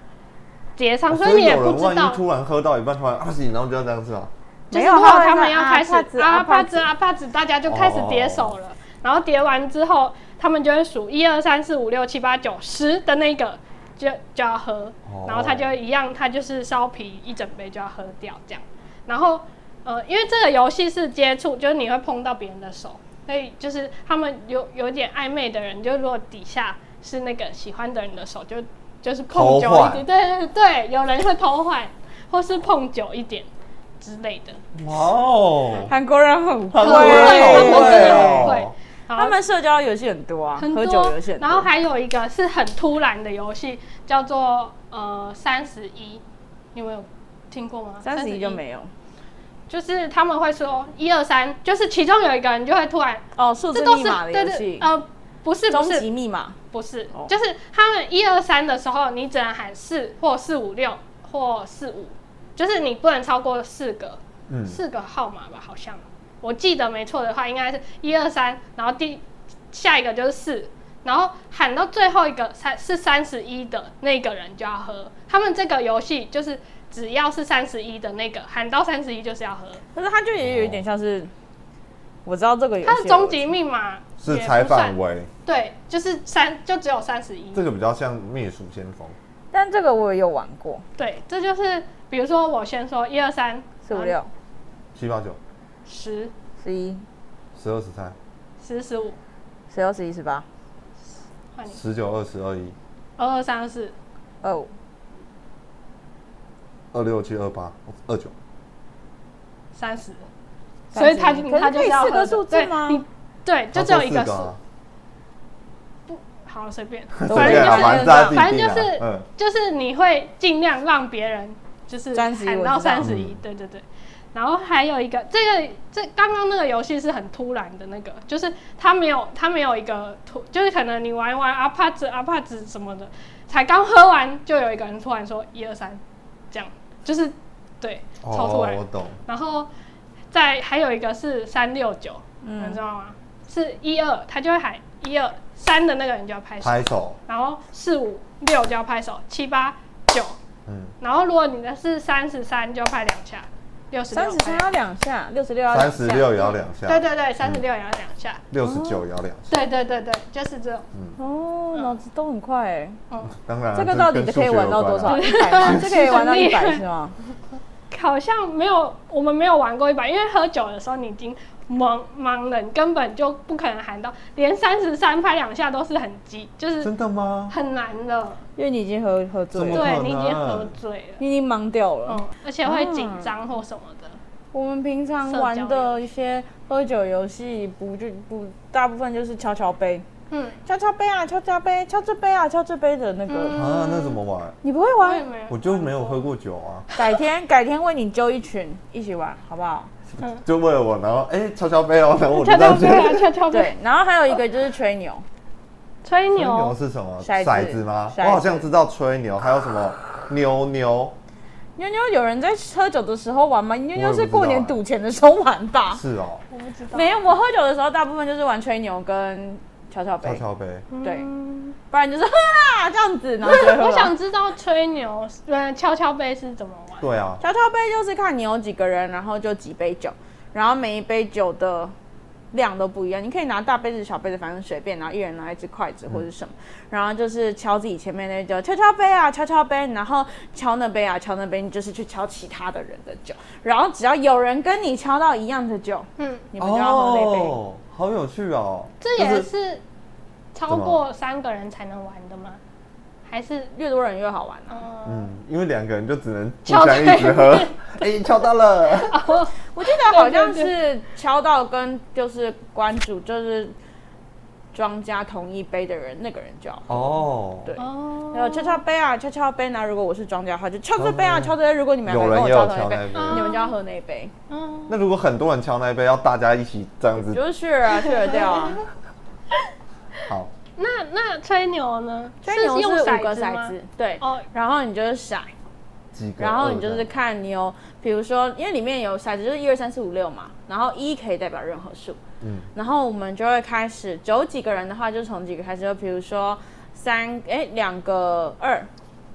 [SPEAKER 2] 结
[SPEAKER 3] 哦
[SPEAKER 2] 上，所
[SPEAKER 3] 所
[SPEAKER 2] 以你也
[SPEAKER 3] 有
[SPEAKER 2] 不
[SPEAKER 3] 人
[SPEAKER 2] 知
[SPEAKER 3] 万
[SPEAKER 2] 道
[SPEAKER 3] 一。突然喝到一半，突然啊醒，然后就要这样子啊。
[SPEAKER 2] 就是如果他们要开始啊帕子啊帕子，大家就开始叠手了。然后叠完之后，他们就会数一二三四五六七八九十的那个就就要喝
[SPEAKER 3] 哦，
[SPEAKER 2] 然后他就一样，他就是烧啤一整杯就要喝掉这样。然后呃，因为这个游戏是接触，就是你会碰到别人的手，所以就是他们有有点暧昧的人，就如果底下是那个喜欢的人的手，就就是碰久一点，对对对，有人会偷换，或是碰久一点之类的。
[SPEAKER 3] 哇哦，
[SPEAKER 1] 韩国人很
[SPEAKER 3] 韩
[SPEAKER 1] 会，
[SPEAKER 3] 国人好会
[SPEAKER 2] 对
[SPEAKER 3] 哦，
[SPEAKER 2] 然后
[SPEAKER 1] 他们社交游戏很多啊，
[SPEAKER 2] 很
[SPEAKER 1] 喝酒游
[SPEAKER 2] 多
[SPEAKER 1] 戏很，多，
[SPEAKER 2] 然后还有一个是很突然的游戏，叫做呃三十一，你们有听过吗？
[SPEAKER 1] 三十一就，没有
[SPEAKER 2] 就是他们会说一二三，就是其中有一个人就会突然，
[SPEAKER 1] 哦，数字
[SPEAKER 2] 这都
[SPEAKER 1] 密
[SPEAKER 2] 是
[SPEAKER 1] 码的
[SPEAKER 2] 对
[SPEAKER 1] 游
[SPEAKER 2] 对
[SPEAKER 1] 戏，
[SPEAKER 2] 呃不是不
[SPEAKER 1] 终极
[SPEAKER 2] 是
[SPEAKER 1] 密码，
[SPEAKER 2] 不是
[SPEAKER 1] 哦，
[SPEAKER 2] 就是他们一二三的时候，你只能喊四或四五六或四五，就是你不能超过四个，
[SPEAKER 3] 嗯，
[SPEAKER 2] 四个号码吧，好像我记得没错的话，应该是一二三，然后第下一个就是四，然后喊到最后一个三是三十一的那个人就要喝。他们这个游戏就是只要是三十一的那个喊到三十一就是要喝，
[SPEAKER 1] 可是它就也有一点像是，我知道这个游戏
[SPEAKER 2] 它的终极密码
[SPEAKER 3] 是
[SPEAKER 2] 也不
[SPEAKER 3] 采
[SPEAKER 2] 算
[SPEAKER 3] 访为
[SPEAKER 2] 对，就是三就只有三十一
[SPEAKER 3] 这，个比较像灭鼠先锋，
[SPEAKER 1] 但这个我也有玩过，
[SPEAKER 2] 对，这就是比如说我先说一二三
[SPEAKER 1] 四五六
[SPEAKER 3] 七八九
[SPEAKER 2] 十
[SPEAKER 1] 十一
[SPEAKER 3] 十二十三
[SPEAKER 2] 十十五，
[SPEAKER 1] 十六十一十八
[SPEAKER 2] 换你
[SPEAKER 3] 十九二十二一
[SPEAKER 2] 二二三四
[SPEAKER 1] 二五
[SPEAKER 3] 二六七二八二九，
[SPEAKER 2] 三十，所以他就
[SPEAKER 1] 可是
[SPEAKER 2] 他就是要
[SPEAKER 1] 可以四个
[SPEAKER 2] 喝的
[SPEAKER 1] 数字
[SPEAKER 2] 对
[SPEAKER 1] 吗
[SPEAKER 2] 你对，就只有一个
[SPEAKER 3] 它
[SPEAKER 2] 数
[SPEAKER 3] 说四，啊
[SPEAKER 2] 不好随便，
[SPEAKER 1] 对
[SPEAKER 2] 反正
[SPEAKER 3] 随便啊
[SPEAKER 2] 就是
[SPEAKER 3] 反正大家自己
[SPEAKER 2] 反正就
[SPEAKER 3] 定啊
[SPEAKER 2] 是
[SPEAKER 3] 嗯，
[SPEAKER 2] 就是你会尽量让别人就是
[SPEAKER 1] 31
[SPEAKER 2] 喊
[SPEAKER 1] 我知道
[SPEAKER 2] 到三十一
[SPEAKER 3] 嗯，
[SPEAKER 2] 对对对。然后还有一个，这个这刚刚那个游戏是很突然的那个，就是它没有它没有一个突，就是可能你玩一玩阿帕子阿帕子什么的，才刚喝完就有一个人突然说一二三，这样就是对超突然。
[SPEAKER 3] 哦，我懂，
[SPEAKER 2] 然后再还有一个是三六九，
[SPEAKER 3] 嗯
[SPEAKER 2] 你知道吗？是一二，他就会喊一二三的那个人就要拍手，
[SPEAKER 3] 拍手，
[SPEAKER 2] 然后四五六就要拍手，七八九，
[SPEAKER 3] 嗯，
[SPEAKER 2] 然后如果你的是三十三就要拍两下，六十
[SPEAKER 1] 三
[SPEAKER 2] 六
[SPEAKER 1] 十三要两下，六十六要两
[SPEAKER 3] 三
[SPEAKER 1] 下
[SPEAKER 3] 十六也要两下，
[SPEAKER 2] 对，对对，三十六也要两下，
[SPEAKER 3] 六十九也要两下，
[SPEAKER 2] 对对对对，就是这种，
[SPEAKER 1] 哦，脑子都很快哎，
[SPEAKER 2] 嗯，
[SPEAKER 3] 当然啊
[SPEAKER 1] 这个到底
[SPEAKER 3] 跟
[SPEAKER 1] 可以
[SPEAKER 3] 数学
[SPEAKER 1] 玩到多
[SPEAKER 3] 有关啊
[SPEAKER 1] 少？一百吗？这可以玩到一百是吗？
[SPEAKER 2] 好像没有，我们没有玩过一把，因为喝酒的时候你已经懵懵了，你根本就不可能喊到，连三十三拍两下都是很急，就是
[SPEAKER 3] 真的吗？
[SPEAKER 2] 很难的。
[SPEAKER 1] 因为你已经喝喝醉
[SPEAKER 3] 怎
[SPEAKER 1] 了
[SPEAKER 3] 么，
[SPEAKER 2] 对
[SPEAKER 3] 可
[SPEAKER 2] 你已经喝
[SPEAKER 3] 能
[SPEAKER 2] 醉了，
[SPEAKER 1] 你已经忙掉了。
[SPEAKER 2] 嗯，而且会紧张或什么的，
[SPEAKER 1] 我们平常玩的一些喝酒游戏，不就不大部分就是敲敲杯，
[SPEAKER 2] 嗯，
[SPEAKER 1] 敲敲杯啊，敲敲杯，敲这杯啊，敲这杯的那个，
[SPEAKER 2] 嗯
[SPEAKER 3] 啊，那怎么玩？
[SPEAKER 1] 你不会
[SPEAKER 2] 我也
[SPEAKER 1] 玩？
[SPEAKER 2] 没有，
[SPEAKER 3] 我就没有喝，过酒啊，
[SPEAKER 1] 改天改天为你揪一群一起玩，好不好？
[SPEAKER 3] 就为了我，然后哎，悄悄杯哦，然后我就
[SPEAKER 2] 跳跳
[SPEAKER 3] 这样子
[SPEAKER 2] 嗯杯。啊，跳跳杯，
[SPEAKER 1] 对，然后还有一个就是吹牛，
[SPEAKER 2] 吹
[SPEAKER 3] 吹牛
[SPEAKER 2] 牛，
[SPEAKER 3] 是什么？
[SPEAKER 1] 骰子
[SPEAKER 3] 骰子吗？
[SPEAKER 1] 骰子
[SPEAKER 3] 我
[SPEAKER 1] 啊
[SPEAKER 3] 好像知道吹牛，还有什么牛牛？
[SPEAKER 1] 妞妞有人在喝酒的时候玩吗？妞妞
[SPEAKER 3] 我也不知
[SPEAKER 1] 是
[SPEAKER 3] 道
[SPEAKER 1] 过年
[SPEAKER 3] 哎
[SPEAKER 1] 赌钱的时候玩吧？
[SPEAKER 3] 是哦，
[SPEAKER 2] 我不知道，
[SPEAKER 1] 没有，我喝酒的时候大部分就是玩吹牛跟敲敲杯
[SPEAKER 3] 悄，悄杯。
[SPEAKER 1] 对
[SPEAKER 2] 嗯
[SPEAKER 1] 不然就是 哈哈这样 子，然后就会喝
[SPEAKER 2] 我想
[SPEAKER 1] 了
[SPEAKER 2] 知道吹牛，呃，敲敲杯是怎么玩？
[SPEAKER 3] 对啊，
[SPEAKER 1] 敲敲杯就是看你有几个人，然后就几杯酒，然后每一杯酒的量都不一样，你可以拿大杯子、小杯子，反正随便，然后一人拿一只筷子或者什么，然后就是敲自己前面那酒，敲敲杯啊，敲敲杯，然后敲那杯啊，敲那杯，你就是去敲其他的人的酒，然后只要有人跟你敲到一样的酒，
[SPEAKER 2] 嗯，
[SPEAKER 1] 你们就要喝那杯。，
[SPEAKER 3] 好有趣哦。
[SPEAKER 2] 这也
[SPEAKER 3] 就是
[SPEAKER 2] 超过三个人才能玩的吗？还是
[SPEAKER 1] 越多人越好玩啊！
[SPEAKER 2] 嗯，
[SPEAKER 3] 嗯，因为两个人就只能
[SPEAKER 2] 敲
[SPEAKER 3] 互
[SPEAKER 2] 对
[SPEAKER 3] 相一直喝。 哎，敲到了。
[SPEAKER 1] 我记得好像
[SPEAKER 2] 对对
[SPEAKER 1] 是敲到跟就是关主就是庄家同一杯的人，那个人就要。
[SPEAKER 3] 哦，
[SPEAKER 1] 对
[SPEAKER 2] 哦
[SPEAKER 1] 还有敲敲杯啊，敲敲杯那、如果我是庄家的话，就敲这杯啊，
[SPEAKER 3] 嗯
[SPEAKER 1] 敲这杯。如果你们两个跟我
[SPEAKER 3] 有人
[SPEAKER 1] 敲
[SPEAKER 3] 也
[SPEAKER 1] 同
[SPEAKER 3] 有
[SPEAKER 1] 一杯
[SPEAKER 3] 敲那一，
[SPEAKER 2] 杯
[SPEAKER 1] 你们就要喝那一杯，
[SPEAKER 2] 嗯，
[SPEAKER 3] 那如果很多人敲那一杯，要大家一起这样子，
[SPEAKER 1] 就是啊，去了掉 啊。
[SPEAKER 3] 好，
[SPEAKER 2] 那那吹牛呢？
[SPEAKER 1] 吹牛
[SPEAKER 2] 用
[SPEAKER 1] 是五个
[SPEAKER 2] 子吗
[SPEAKER 1] 骰子，对，
[SPEAKER 2] 哦，
[SPEAKER 1] 然后你就是骰，
[SPEAKER 3] 几个，
[SPEAKER 1] 然后你就是看你有，比如说，因为里面有骰子就是一二三四五六嘛，然后一可以代表任何数，
[SPEAKER 3] 嗯，
[SPEAKER 1] 然后我们就会开始九几个人的话，就从几个开始，就比如说三哎两个二，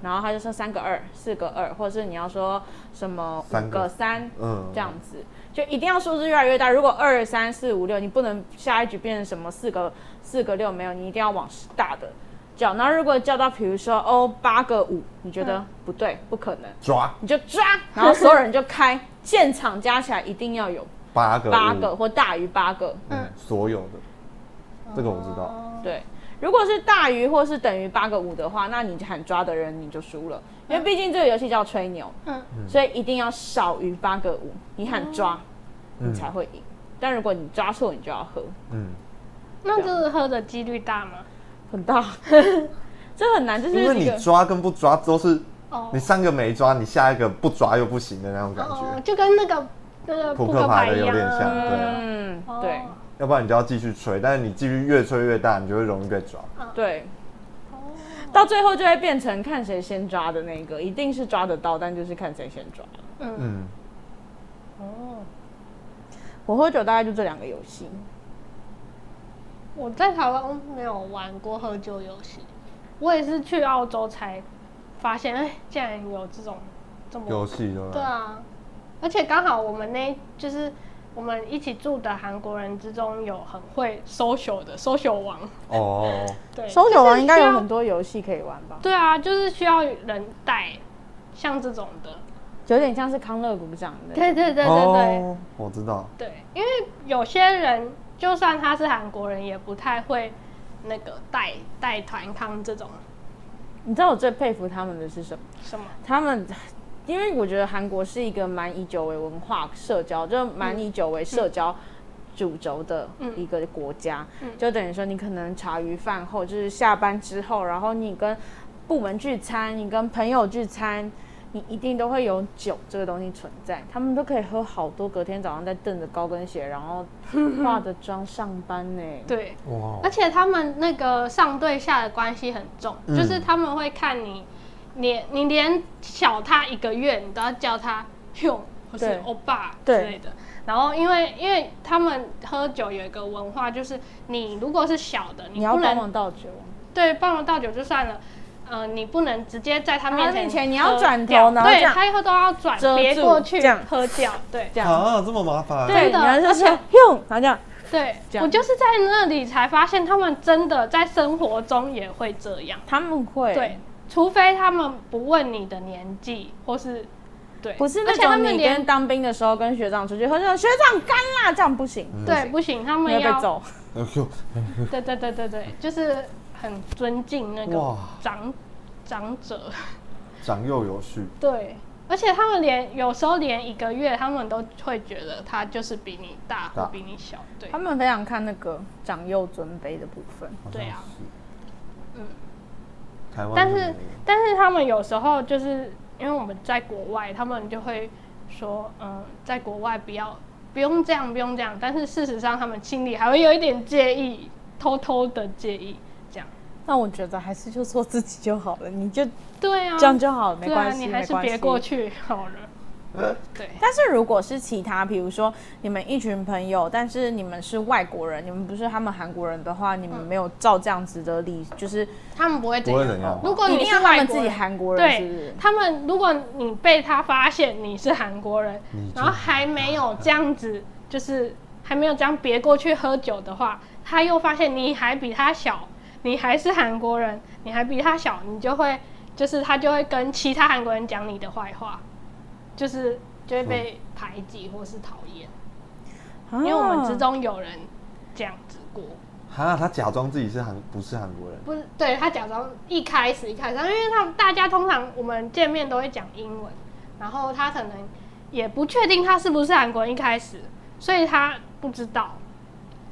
[SPEAKER 1] 然后他就说三个二，四个二，或者是你要说什么
[SPEAKER 3] 三
[SPEAKER 1] 五
[SPEAKER 3] 个
[SPEAKER 1] 个三，
[SPEAKER 3] 嗯
[SPEAKER 1] 这样子，就一定要数字越来越大。如果二三四五六，你不能下一局变成什么四个四个六没有，你一定要往大的叫。然后如果叫到比如说哦八个五，你觉得
[SPEAKER 2] 嗯
[SPEAKER 1] 不对，不可能，
[SPEAKER 3] 抓
[SPEAKER 1] 你就抓，然后所有人就开，现场加起来一定要有
[SPEAKER 3] 八个，
[SPEAKER 1] 八 个，或大于八个，
[SPEAKER 3] 嗯，所有的，这个我知道，
[SPEAKER 2] 哦
[SPEAKER 1] 对，如果是大于或是等于八个五的话，那你喊抓的人你就输了，因为毕竟这个游戏叫吹牛，
[SPEAKER 2] 嗯
[SPEAKER 1] 所以一定要少于八个五，你喊抓，你才会赢。但如果你抓错，你就要喝，
[SPEAKER 3] 嗯，
[SPEAKER 2] 那这个喝的几率大吗？
[SPEAKER 1] 很大， 这很难，就是
[SPEAKER 3] 因为
[SPEAKER 1] 一
[SPEAKER 3] 你
[SPEAKER 1] 个
[SPEAKER 3] 抓跟不抓都是，
[SPEAKER 2] 哦
[SPEAKER 3] 你三个没抓，你下一个不抓又不行的那种感
[SPEAKER 2] 哦
[SPEAKER 3] 觉，，
[SPEAKER 2] 就跟那个那个
[SPEAKER 3] 扑
[SPEAKER 2] 扑
[SPEAKER 3] 克
[SPEAKER 2] 克
[SPEAKER 3] 牌
[SPEAKER 2] 牌
[SPEAKER 3] 的
[SPEAKER 2] 一
[SPEAKER 3] 有
[SPEAKER 2] 样
[SPEAKER 3] 点像
[SPEAKER 2] 啊，
[SPEAKER 3] 对啊，
[SPEAKER 1] 嗯，
[SPEAKER 2] 哦
[SPEAKER 1] 对
[SPEAKER 3] 要不然你就要继续吹，但是你继续越吹越大，你就会容易被抓。
[SPEAKER 1] 对。到最后就会变成看谁先抓的那个，一定是抓得到，但就是看谁先抓。
[SPEAKER 2] 嗯
[SPEAKER 3] 嗯，
[SPEAKER 2] 哦，
[SPEAKER 1] 我喝酒大概就这两个游戏，
[SPEAKER 2] 我在台湾没有玩过喝酒游戏，我也是去澳洲才发现，哎，竟然有这种这么
[SPEAKER 3] 嗯游戏对吧？
[SPEAKER 2] 对啊，而且刚好我们那就是我们一起住的韩国人之中有很会 social 的 social 王，
[SPEAKER 3] 哦，
[SPEAKER 2] 对，
[SPEAKER 1] 搜酒王应该有很
[SPEAKER 2] 多。
[SPEAKER 1] 多游戏可以玩吧？
[SPEAKER 2] 对啊，就是需要人带，像这种的。
[SPEAKER 1] 有点像是康乐鼓掌的。
[SPEAKER 2] 对对对对对、
[SPEAKER 3] 哦，我知道，
[SPEAKER 2] 对，因为有些人就算他是韩国人，也不太会那个带带团康这种
[SPEAKER 1] 你知道我最佩服他们的是什么？
[SPEAKER 2] 什么。
[SPEAKER 1] 他们，因为我觉得韩国是一个蛮以酒为文化社交，就蛮以酒为社交。主轴的一个国家，
[SPEAKER 2] 嗯
[SPEAKER 1] 就等于说你可能茶余饭后，就是下班之后，然后你跟部门聚餐，你跟朋友聚餐，你一定都会有酒这个东西存在。他们都可以喝好多，隔天早上再蹬着高跟鞋，然后化着妆上班呢。
[SPEAKER 2] 对，
[SPEAKER 3] 哇
[SPEAKER 2] 而且他们那个上对下的关系很重，
[SPEAKER 3] 嗯
[SPEAKER 2] 就是他们会看你，你你连小他一个月，你都要叫他 h 或
[SPEAKER 1] 对
[SPEAKER 2] 是欧巴之类的。然后因为因为他们喝酒有一个文化，就是你如果是小的，
[SPEAKER 1] 你
[SPEAKER 2] 你
[SPEAKER 1] 要
[SPEAKER 2] 不
[SPEAKER 1] 帮
[SPEAKER 2] 能
[SPEAKER 1] 忙倒酒。
[SPEAKER 2] 对帮忙倒酒就算了。呃，你不能直接在他面
[SPEAKER 1] 啊他面
[SPEAKER 2] 前，
[SPEAKER 1] 前你要转头
[SPEAKER 2] 喝掉
[SPEAKER 1] 然后这
[SPEAKER 2] 对
[SPEAKER 1] 样
[SPEAKER 2] 他以后都要转，
[SPEAKER 1] 遮
[SPEAKER 2] 别
[SPEAKER 1] 住
[SPEAKER 2] 过去
[SPEAKER 1] 这样
[SPEAKER 2] 喝掉，对
[SPEAKER 1] 这样。
[SPEAKER 3] 啊，这么麻烦，
[SPEAKER 1] 对，
[SPEAKER 2] 真的
[SPEAKER 1] 你要就
[SPEAKER 2] 而
[SPEAKER 1] 是
[SPEAKER 2] 且
[SPEAKER 1] 用，然后这样。
[SPEAKER 2] 对
[SPEAKER 1] 这。样
[SPEAKER 2] 我就是在那里才发现，他们真的在生活中也会这样。
[SPEAKER 1] 他们会
[SPEAKER 2] 对，，除非他们不问你的年纪，或是对，
[SPEAKER 1] 不是
[SPEAKER 2] 而
[SPEAKER 1] 那
[SPEAKER 2] 且他
[SPEAKER 1] 种
[SPEAKER 2] 们
[SPEAKER 1] 你跟
[SPEAKER 2] 连
[SPEAKER 1] 当兵的时候跟学长出去喝酒，学长干啦，这样不行，
[SPEAKER 2] 对不行，他
[SPEAKER 1] 你
[SPEAKER 2] 们
[SPEAKER 1] 会被
[SPEAKER 2] 要
[SPEAKER 1] 揍。
[SPEAKER 3] 哎呦
[SPEAKER 2] 对对对对对，就是很尊敬那个
[SPEAKER 3] 哇
[SPEAKER 2] 长长者，
[SPEAKER 3] 长幼有序，
[SPEAKER 2] 对，而且他们连有时候连一个月，他们都会觉得他就是比你大
[SPEAKER 3] 大
[SPEAKER 2] 或比你小，对
[SPEAKER 1] 他们非常看那个长幼尊卑的部分，
[SPEAKER 3] 好像
[SPEAKER 2] 对啊
[SPEAKER 3] 是
[SPEAKER 2] 嗯，
[SPEAKER 3] 台湾
[SPEAKER 2] 但
[SPEAKER 3] 就没有
[SPEAKER 2] 是但是他们有时候就是因为我们在国外，他们就会说，嗯，在国外不要不用这样，不用这样。但是事实上，他们心里还会有一点介意，偷偷的介意这样。
[SPEAKER 1] 那我觉得还是就做自己就好了，你就
[SPEAKER 2] 对啊，
[SPEAKER 1] 这样就好了，没
[SPEAKER 2] 对
[SPEAKER 1] 关
[SPEAKER 2] 啊，
[SPEAKER 1] 系，
[SPEAKER 2] 你还
[SPEAKER 1] 没
[SPEAKER 2] 是
[SPEAKER 1] 关
[SPEAKER 2] 别
[SPEAKER 1] 系
[SPEAKER 2] 过去好了。
[SPEAKER 3] 呃
[SPEAKER 2] 对，
[SPEAKER 1] 但是如果是其他，比如说你们一群朋友，但是你们是外国人，你们不是他们韩国人的话，你
[SPEAKER 2] 嗯
[SPEAKER 1] 们没有照这样子的礼，就是
[SPEAKER 2] 他们不会怎
[SPEAKER 3] 不会
[SPEAKER 2] 样。哦
[SPEAKER 3] 怎样吧哦
[SPEAKER 2] 如果
[SPEAKER 1] 一
[SPEAKER 2] 你
[SPEAKER 1] 定
[SPEAKER 2] 是
[SPEAKER 1] 要他
[SPEAKER 2] 外
[SPEAKER 1] 们
[SPEAKER 2] 国
[SPEAKER 1] 自
[SPEAKER 2] 人
[SPEAKER 1] 己韩国人，是不
[SPEAKER 2] 对
[SPEAKER 1] 是？
[SPEAKER 2] 他们，如果你被他发现你是韩国人
[SPEAKER 3] 你就，
[SPEAKER 2] 然后还没有这样子，就是还没有这样别过去喝酒的话，他又发现你还比他小，你还是韩国人，你还比他小，你就会就是他就会跟其他韩国人讲你的坏话，就是就会被排挤或是讨厌，因为我们之
[SPEAKER 1] 啊
[SPEAKER 2] 中有人这样子过。
[SPEAKER 3] 哈，他假装自己是韩不是韩国人，
[SPEAKER 2] 不是，对他假装一开始一开始，因为他们大家通常我们见面都会讲英文，然后他可能也不确定他是不是韩国人一开始，所以他不知道，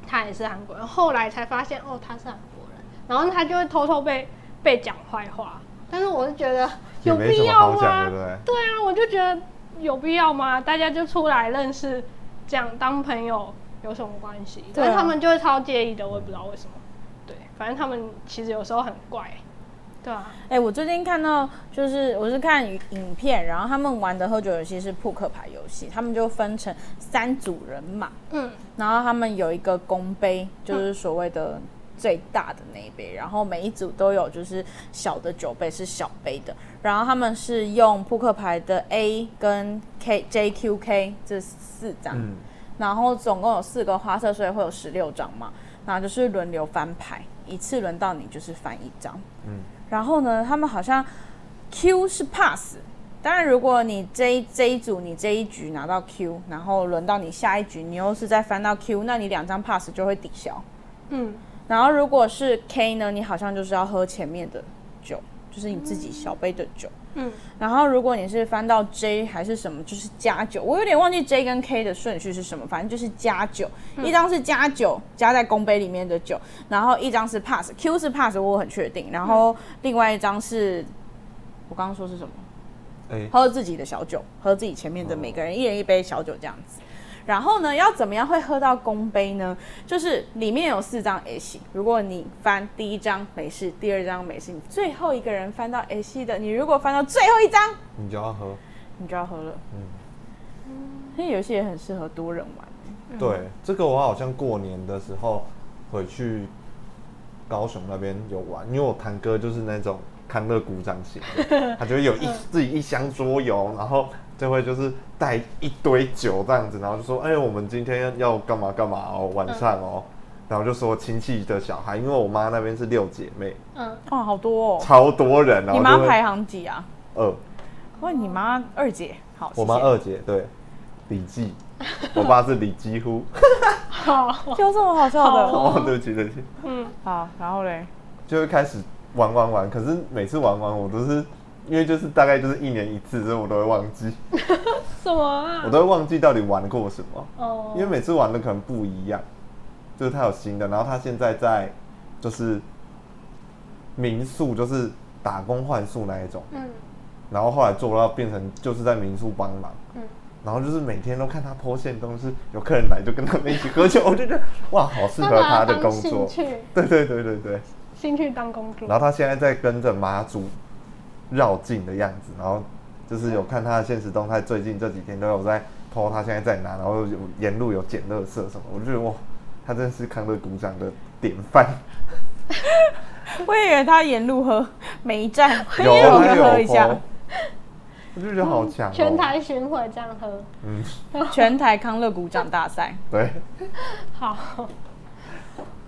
[SPEAKER 2] 他也是韩国人，后来才发现哦他是韩国人，然后他就会偷偷被被讲坏话，但是我是觉得
[SPEAKER 3] 也
[SPEAKER 2] 有
[SPEAKER 3] 没什
[SPEAKER 2] 必
[SPEAKER 3] 么
[SPEAKER 2] 要
[SPEAKER 3] 好
[SPEAKER 2] 吗？
[SPEAKER 3] 讲的，对不
[SPEAKER 2] 对
[SPEAKER 3] 对？
[SPEAKER 2] 啊，我就觉得有必要吗？大家就出来认识，这样当朋友有什么关系？
[SPEAKER 1] 对啊
[SPEAKER 2] 但他们就会超介意的，我也不知道为什么。对，反正他们其实有时候很怪。对啊，
[SPEAKER 1] 哎、我最近看到，就是我是看影片，然后他们玩的喝酒游戏是扑克牌游戏，他们就分成三组人马，
[SPEAKER 2] 嗯，
[SPEAKER 1] 然后他们有一个公杯，就是所谓的最大的那一杯，然后每一组都有就是小的酒杯是小杯的，然后他们是用扑克牌的 A 跟 K JQK 这四张，
[SPEAKER 3] 嗯，
[SPEAKER 1] 然后总共有四个花色，所以会有十六张嘛。然后就是轮流翻牌，一次轮到你就是翻一张。
[SPEAKER 3] 嗯
[SPEAKER 1] 然后呢，他们好像 Q 是 pass，当然如果你这一这一组你这一局拿到 Q，然后轮到你下一局你又是再翻到 Q，那你两张 pass 就会抵消。
[SPEAKER 2] 嗯，
[SPEAKER 1] 然后如果是 K 呢，你好像就是要喝前面的酒，就是你自己小杯的酒。
[SPEAKER 2] 嗯，
[SPEAKER 1] 然后如果你是翻到 J 还是什么，就是加酒，我有点忘记 J 跟 K 的顺序是什么，反正就是加酒，一张是加酒加在公杯里面的酒，然后一张是 pass，Q 是 pass，我很确定，然后另外一张是，我刚刚说是什么？
[SPEAKER 3] 哎，
[SPEAKER 1] 喝自己的小酒，喝自己前面的每个人、一人一杯小酒这样子。然后呢，要怎么样会喝到公杯呢？就是里面有四张 S，如果你翻第一张没事，第二张没事，你最后一个人翻到 S 的，你如果翻到最后一张，
[SPEAKER 3] 你就要喝，
[SPEAKER 1] 你就要喝了。
[SPEAKER 3] 嗯。
[SPEAKER 1] 那游戏也很适合多人玩。
[SPEAKER 3] 对，这个我好像过年的时候回去高雄那边有玩，因为我堂哥就是那种康乐鼓掌型的，他就会有一自己一箱桌游，然后就会就是带一堆酒这样子，然后就说，哎、我们今天要干嘛干嘛哦，晚上哦，
[SPEAKER 1] 嗯
[SPEAKER 3] 然后就说亲戚的小孩，因为我妈那边是六姐妹，
[SPEAKER 2] 嗯，
[SPEAKER 1] 哇，好多哦！
[SPEAKER 3] 超多人，然
[SPEAKER 1] 你
[SPEAKER 3] 后
[SPEAKER 1] 妈
[SPEAKER 3] 就会
[SPEAKER 1] 排行几啊？
[SPEAKER 3] 二，
[SPEAKER 1] 问你妈二姐，好，
[SPEAKER 3] 我妈
[SPEAKER 1] 谢谢
[SPEAKER 3] 二姐对，李记，我爸是李 几乎，
[SPEAKER 2] 好，
[SPEAKER 1] 有什么好笑的？
[SPEAKER 3] 哦，对不起对不起。
[SPEAKER 2] 嗯，
[SPEAKER 1] 好，然后嘞，
[SPEAKER 3] 就会开始玩玩玩，可是每次玩玩我都是因为就是大概就是一年一次，所以我都会忘记，
[SPEAKER 2] 嗯什么啊？
[SPEAKER 3] 我都会忘记到底玩过什么，
[SPEAKER 2] 哦，
[SPEAKER 3] 因为每次玩的可能不一样，就是他有新的，然后他现在在就是民宿，就是打工换宿那一种，
[SPEAKER 2] 嗯
[SPEAKER 3] 然后后来做到变成就是在民宿帮忙。
[SPEAKER 2] 嗯，
[SPEAKER 3] 然后就是每天都看他剖线东西，有客人来就跟他们一起喝酒，我就觉得哇，好适合他
[SPEAKER 2] 把它
[SPEAKER 3] 的
[SPEAKER 2] 当
[SPEAKER 3] 工
[SPEAKER 2] 兴
[SPEAKER 3] 作。
[SPEAKER 2] 趣，
[SPEAKER 3] 对对对对对。
[SPEAKER 2] 兴趣当工作
[SPEAKER 3] 然。后他现在在跟着马祖绕境的样子，然后就是有看他的现实动态，最近这几天都有在 PO 他现在在哪，然后有沿路有捡垃圾什么，我就觉得哇，他真的是康乐鼓掌的典范。
[SPEAKER 1] 我以为她沿路喝，每一站
[SPEAKER 3] 有哦
[SPEAKER 1] 沿路
[SPEAKER 3] 他有啊
[SPEAKER 1] 喝一下
[SPEAKER 3] PO，。我就觉得好强、哦，
[SPEAKER 2] 全台巡回这样喝，
[SPEAKER 3] 嗯，
[SPEAKER 1] 全台康乐鼓掌大赛，
[SPEAKER 3] 对，
[SPEAKER 2] 好，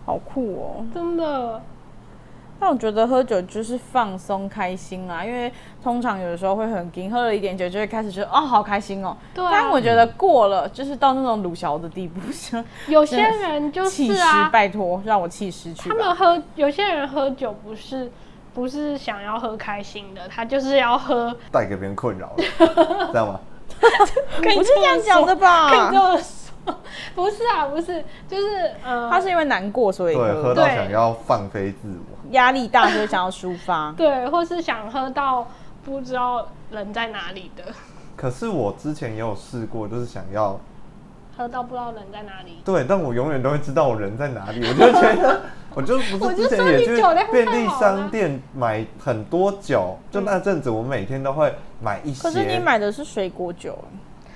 [SPEAKER 1] 好酷哦！
[SPEAKER 2] 真的，
[SPEAKER 1] 但我觉得喝酒就是放松开心啦，因为通常有的时候会很紧，喝了一点酒就会开始觉得哦好开心哦。
[SPEAKER 2] 对啊
[SPEAKER 1] 但我觉得过了就是到那种鲁小的地步， 就
[SPEAKER 2] 有些人就
[SPEAKER 1] 气
[SPEAKER 2] 是
[SPEAKER 1] 势、
[SPEAKER 2] 啊，
[SPEAKER 1] 拜托让我气势去
[SPEAKER 2] 他
[SPEAKER 1] 吧。
[SPEAKER 2] 们喝，有些人喝酒不是不是想要喝开心的，他就是要喝。
[SPEAKER 3] 带给别人困扰 了，知道吗？
[SPEAKER 1] 不是这样讲的
[SPEAKER 2] 跟你这
[SPEAKER 1] 吧？
[SPEAKER 2] 么说， 不是啊，不是，就是呃，
[SPEAKER 1] 他是因为难过所以
[SPEAKER 3] 对，喝
[SPEAKER 1] 喝，
[SPEAKER 3] 到
[SPEAKER 2] 对。
[SPEAKER 3] 想要放飞自我，
[SPEAKER 1] 压力大所以想要抒发
[SPEAKER 2] 对，或是想喝到不知道人在哪里的，
[SPEAKER 3] 可是我之前也有试过，就是想要
[SPEAKER 2] 喝到不知道人在哪里。
[SPEAKER 3] 对，但我永远都会知道我人在哪里。我就觉得， 我就不
[SPEAKER 2] 我
[SPEAKER 3] 是
[SPEAKER 2] 就
[SPEAKER 3] 之前
[SPEAKER 2] 说
[SPEAKER 3] 也
[SPEAKER 2] 你
[SPEAKER 3] 去
[SPEAKER 2] 酒量
[SPEAKER 3] 便
[SPEAKER 2] 太
[SPEAKER 3] 利
[SPEAKER 2] 好啊嗯
[SPEAKER 3] 商
[SPEAKER 2] 了
[SPEAKER 3] 店买很多酒，就那阵子我每天都会买一些。
[SPEAKER 1] 可是你买的是水果酒，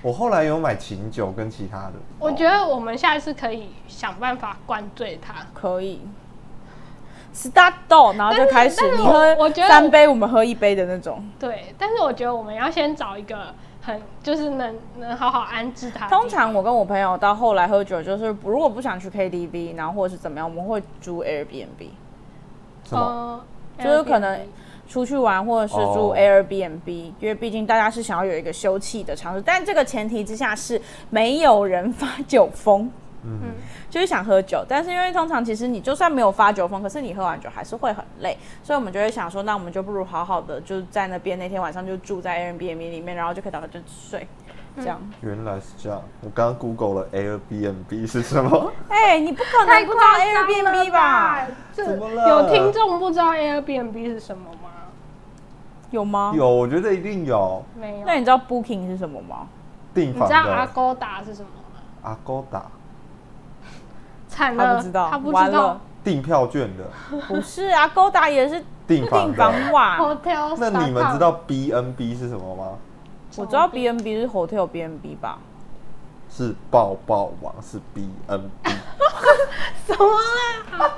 [SPEAKER 3] 我后来有买琴酒跟其他的。
[SPEAKER 2] 我觉得我们下一次可以想办法灌醉他。
[SPEAKER 1] 可以。Start do，然后就开始
[SPEAKER 2] 但是
[SPEAKER 1] 你
[SPEAKER 2] 我
[SPEAKER 1] 喝
[SPEAKER 2] 我觉得
[SPEAKER 1] 三杯，我们喝一杯的那种。
[SPEAKER 2] 对，但是我觉得我们要先找一个很就是能能好好安置他的地方。
[SPEAKER 1] 通常我跟我朋友到后来喝酒，就是如果不想去 KTV，然后或者是怎么样，我们会租 Airbnb，
[SPEAKER 3] 什么？
[SPEAKER 2] 呃
[SPEAKER 1] 就是可能
[SPEAKER 2] Airbnb
[SPEAKER 1] 出去玩或者是租
[SPEAKER 3] 哦
[SPEAKER 1] Airbnb，、因为毕竟大家是想要有一个休憩的场所，但这个前提之下是没有人发酒疯。
[SPEAKER 3] 嗯，
[SPEAKER 1] 就是想喝酒，但是因为通常其实你就算没有发酒疯，可是你喝完酒还是会很累，所以我们就会想说，那我们就不如好好的就是在那边那天晚上就住在 Airbnb 里面，然后就可以打个就睡，这样。
[SPEAKER 3] 原来是这样。我刚刚 Google 了 Airbnb 是什么？
[SPEAKER 1] 哎、你不可能不知道 Airbnb 吧？？
[SPEAKER 2] 这
[SPEAKER 3] 怎么了
[SPEAKER 2] 有听众不知道 Airbnb 是什么吗？
[SPEAKER 1] 有
[SPEAKER 2] 哦
[SPEAKER 1] 吗？。
[SPEAKER 3] 有，我觉得一定有
[SPEAKER 2] 没有。
[SPEAKER 1] 那你知道 Booking 是什么吗？
[SPEAKER 3] 订
[SPEAKER 2] 你
[SPEAKER 3] 房
[SPEAKER 2] 知道
[SPEAKER 3] 的
[SPEAKER 2] Agoda 是什么吗？
[SPEAKER 3] 阿勾达
[SPEAKER 2] 惨
[SPEAKER 1] 他
[SPEAKER 2] 了，
[SPEAKER 1] 不知道，
[SPEAKER 2] 呃他不
[SPEAKER 1] 完
[SPEAKER 2] 知
[SPEAKER 1] 了
[SPEAKER 2] 道。。
[SPEAKER 3] 订票券 的
[SPEAKER 1] 不是啊，勾达也 是
[SPEAKER 3] 订
[SPEAKER 1] 订
[SPEAKER 3] 房
[SPEAKER 1] 房
[SPEAKER 3] 的。
[SPEAKER 1] 网。
[SPEAKER 2] Hotel，
[SPEAKER 3] 那你们知道 BNB 是什么吗？
[SPEAKER 1] 我知道 B N B 是 hotel B N B 吧？
[SPEAKER 3] 是抱抱网，是 BNB。
[SPEAKER 2] 什么啦？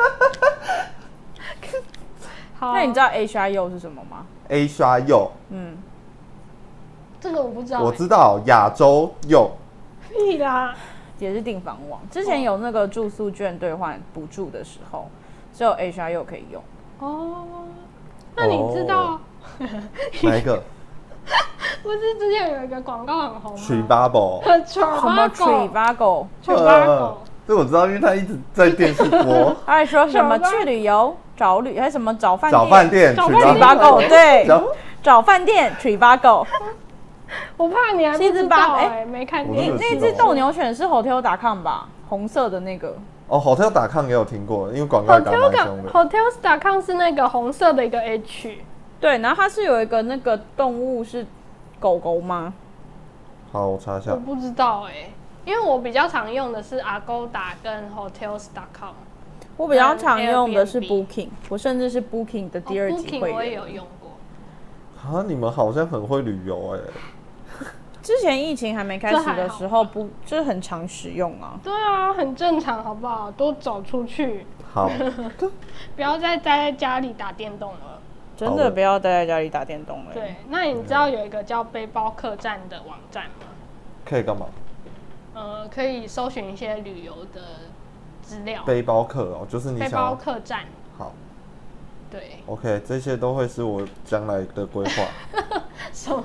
[SPEAKER 2] 好，
[SPEAKER 1] 那你知道 H I U 是什么吗？
[SPEAKER 3] A 刷右，
[SPEAKER 1] 嗯，
[SPEAKER 2] 这个我不知道欸，
[SPEAKER 3] 我知道亚洲右，
[SPEAKER 2] 屁啦，
[SPEAKER 1] 也是订房网。之前有那个住宿券兑换补助的时候，只有 H I U 可以用。
[SPEAKER 2] 哦，那你知
[SPEAKER 3] 哦
[SPEAKER 2] 道？
[SPEAKER 3] 哪 一个？
[SPEAKER 2] 不是之前有一个广告很红吗？
[SPEAKER 3] 取 bubble。
[SPEAKER 1] 什么
[SPEAKER 2] 哦 Trivago，
[SPEAKER 1] Trivago？
[SPEAKER 2] Trivago
[SPEAKER 3] 呃这我知道，因为他一直在电视 播
[SPEAKER 1] 他还说什么
[SPEAKER 2] 什么
[SPEAKER 1] 去旅游找旅，还是什么找饭
[SPEAKER 3] 找饭店
[SPEAKER 2] 找
[SPEAKER 3] t
[SPEAKER 2] 饭店
[SPEAKER 3] r i
[SPEAKER 1] 八
[SPEAKER 3] b
[SPEAKER 1] 狗
[SPEAKER 3] o
[SPEAKER 1] 对，找饭店 Trivago。
[SPEAKER 2] 我怕你还不
[SPEAKER 1] 是一只
[SPEAKER 2] 知
[SPEAKER 1] 八
[SPEAKER 2] 道
[SPEAKER 1] 哎
[SPEAKER 2] 哎，没看
[SPEAKER 3] 我
[SPEAKER 1] 你
[SPEAKER 2] 见
[SPEAKER 3] 真的
[SPEAKER 1] 那只斗牛犬是 Hotel.com 吧？红色的那个。
[SPEAKER 3] 哦，hotel 打抗也有听过，因为广告打蛮
[SPEAKER 2] Hotel
[SPEAKER 3] 凶
[SPEAKER 2] com
[SPEAKER 3] 的。
[SPEAKER 2] Hotels.com 是那个红色的一个 H，
[SPEAKER 1] 对，然后它是有一个那个动物是狗狗吗？
[SPEAKER 3] 好，我查一
[SPEAKER 2] 我
[SPEAKER 3] 下。
[SPEAKER 2] 不知道哎，因为我比较常用的是 Agoda 跟 Hotels.com，
[SPEAKER 1] 我比较常
[SPEAKER 2] 嗯
[SPEAKER 1] 用的是
[SPEAKER 2] Airbnb
[SPEAKER 1] Booking，我甚至是 Booking 的
[SPEAKER 2] 哦
[SPEAKER 1] 第二级会
[SPEAKER 2] Booking 我也
[SPEAKER 1] 员。
[SPEAKER 2] 有用过。
[SPEAKER 3] 啊，你们好像很会旅游哎、
[SPEAKER 1] 之前疫情还没开
[SPEAKER 2] 这
[SPEAKER 1] 始
[SPEAKER 2] 还
[SPEAKER 1] 的
[SPEAKER 2] 好
[SPEAKER 1] 时候，不就是很常使用啊？
[SPEAKER 2] 对啊，很正常，好不好？多走出去，
[SPEAKER 3] 好，
[SPEAKER 2] 不要再待在家里打电动了。
[SPEAKER 1] 真
[SPEAKER 3] 好
[SPEAKER 1] 的
[SPEAKER 3] 的
[SPEAKER 1] 不要待在家里打电动了。
[SPEAKER 2] 对，，那你知道有一个叫背包客栈的网站吗？
[SPEAKER 3] 可以干嘛？
[SPEAKER 2] 呃，可以搜寻一些旅游的资料。
[SPEAKER 3] 背包客哦，就是你
[SPEAKER 2] 背
[SPEAKER 3] 想
[SPEAKER 2] 包
[SPEAKER 3] 要
[SPEAKER 2] 客栈，
[SPEAKER 3] 好
[SPEAKER 2] 对，
[SPEAKER 3] ，OK，这些都会是我将来的规划。
[SPEAKER 2] 什么？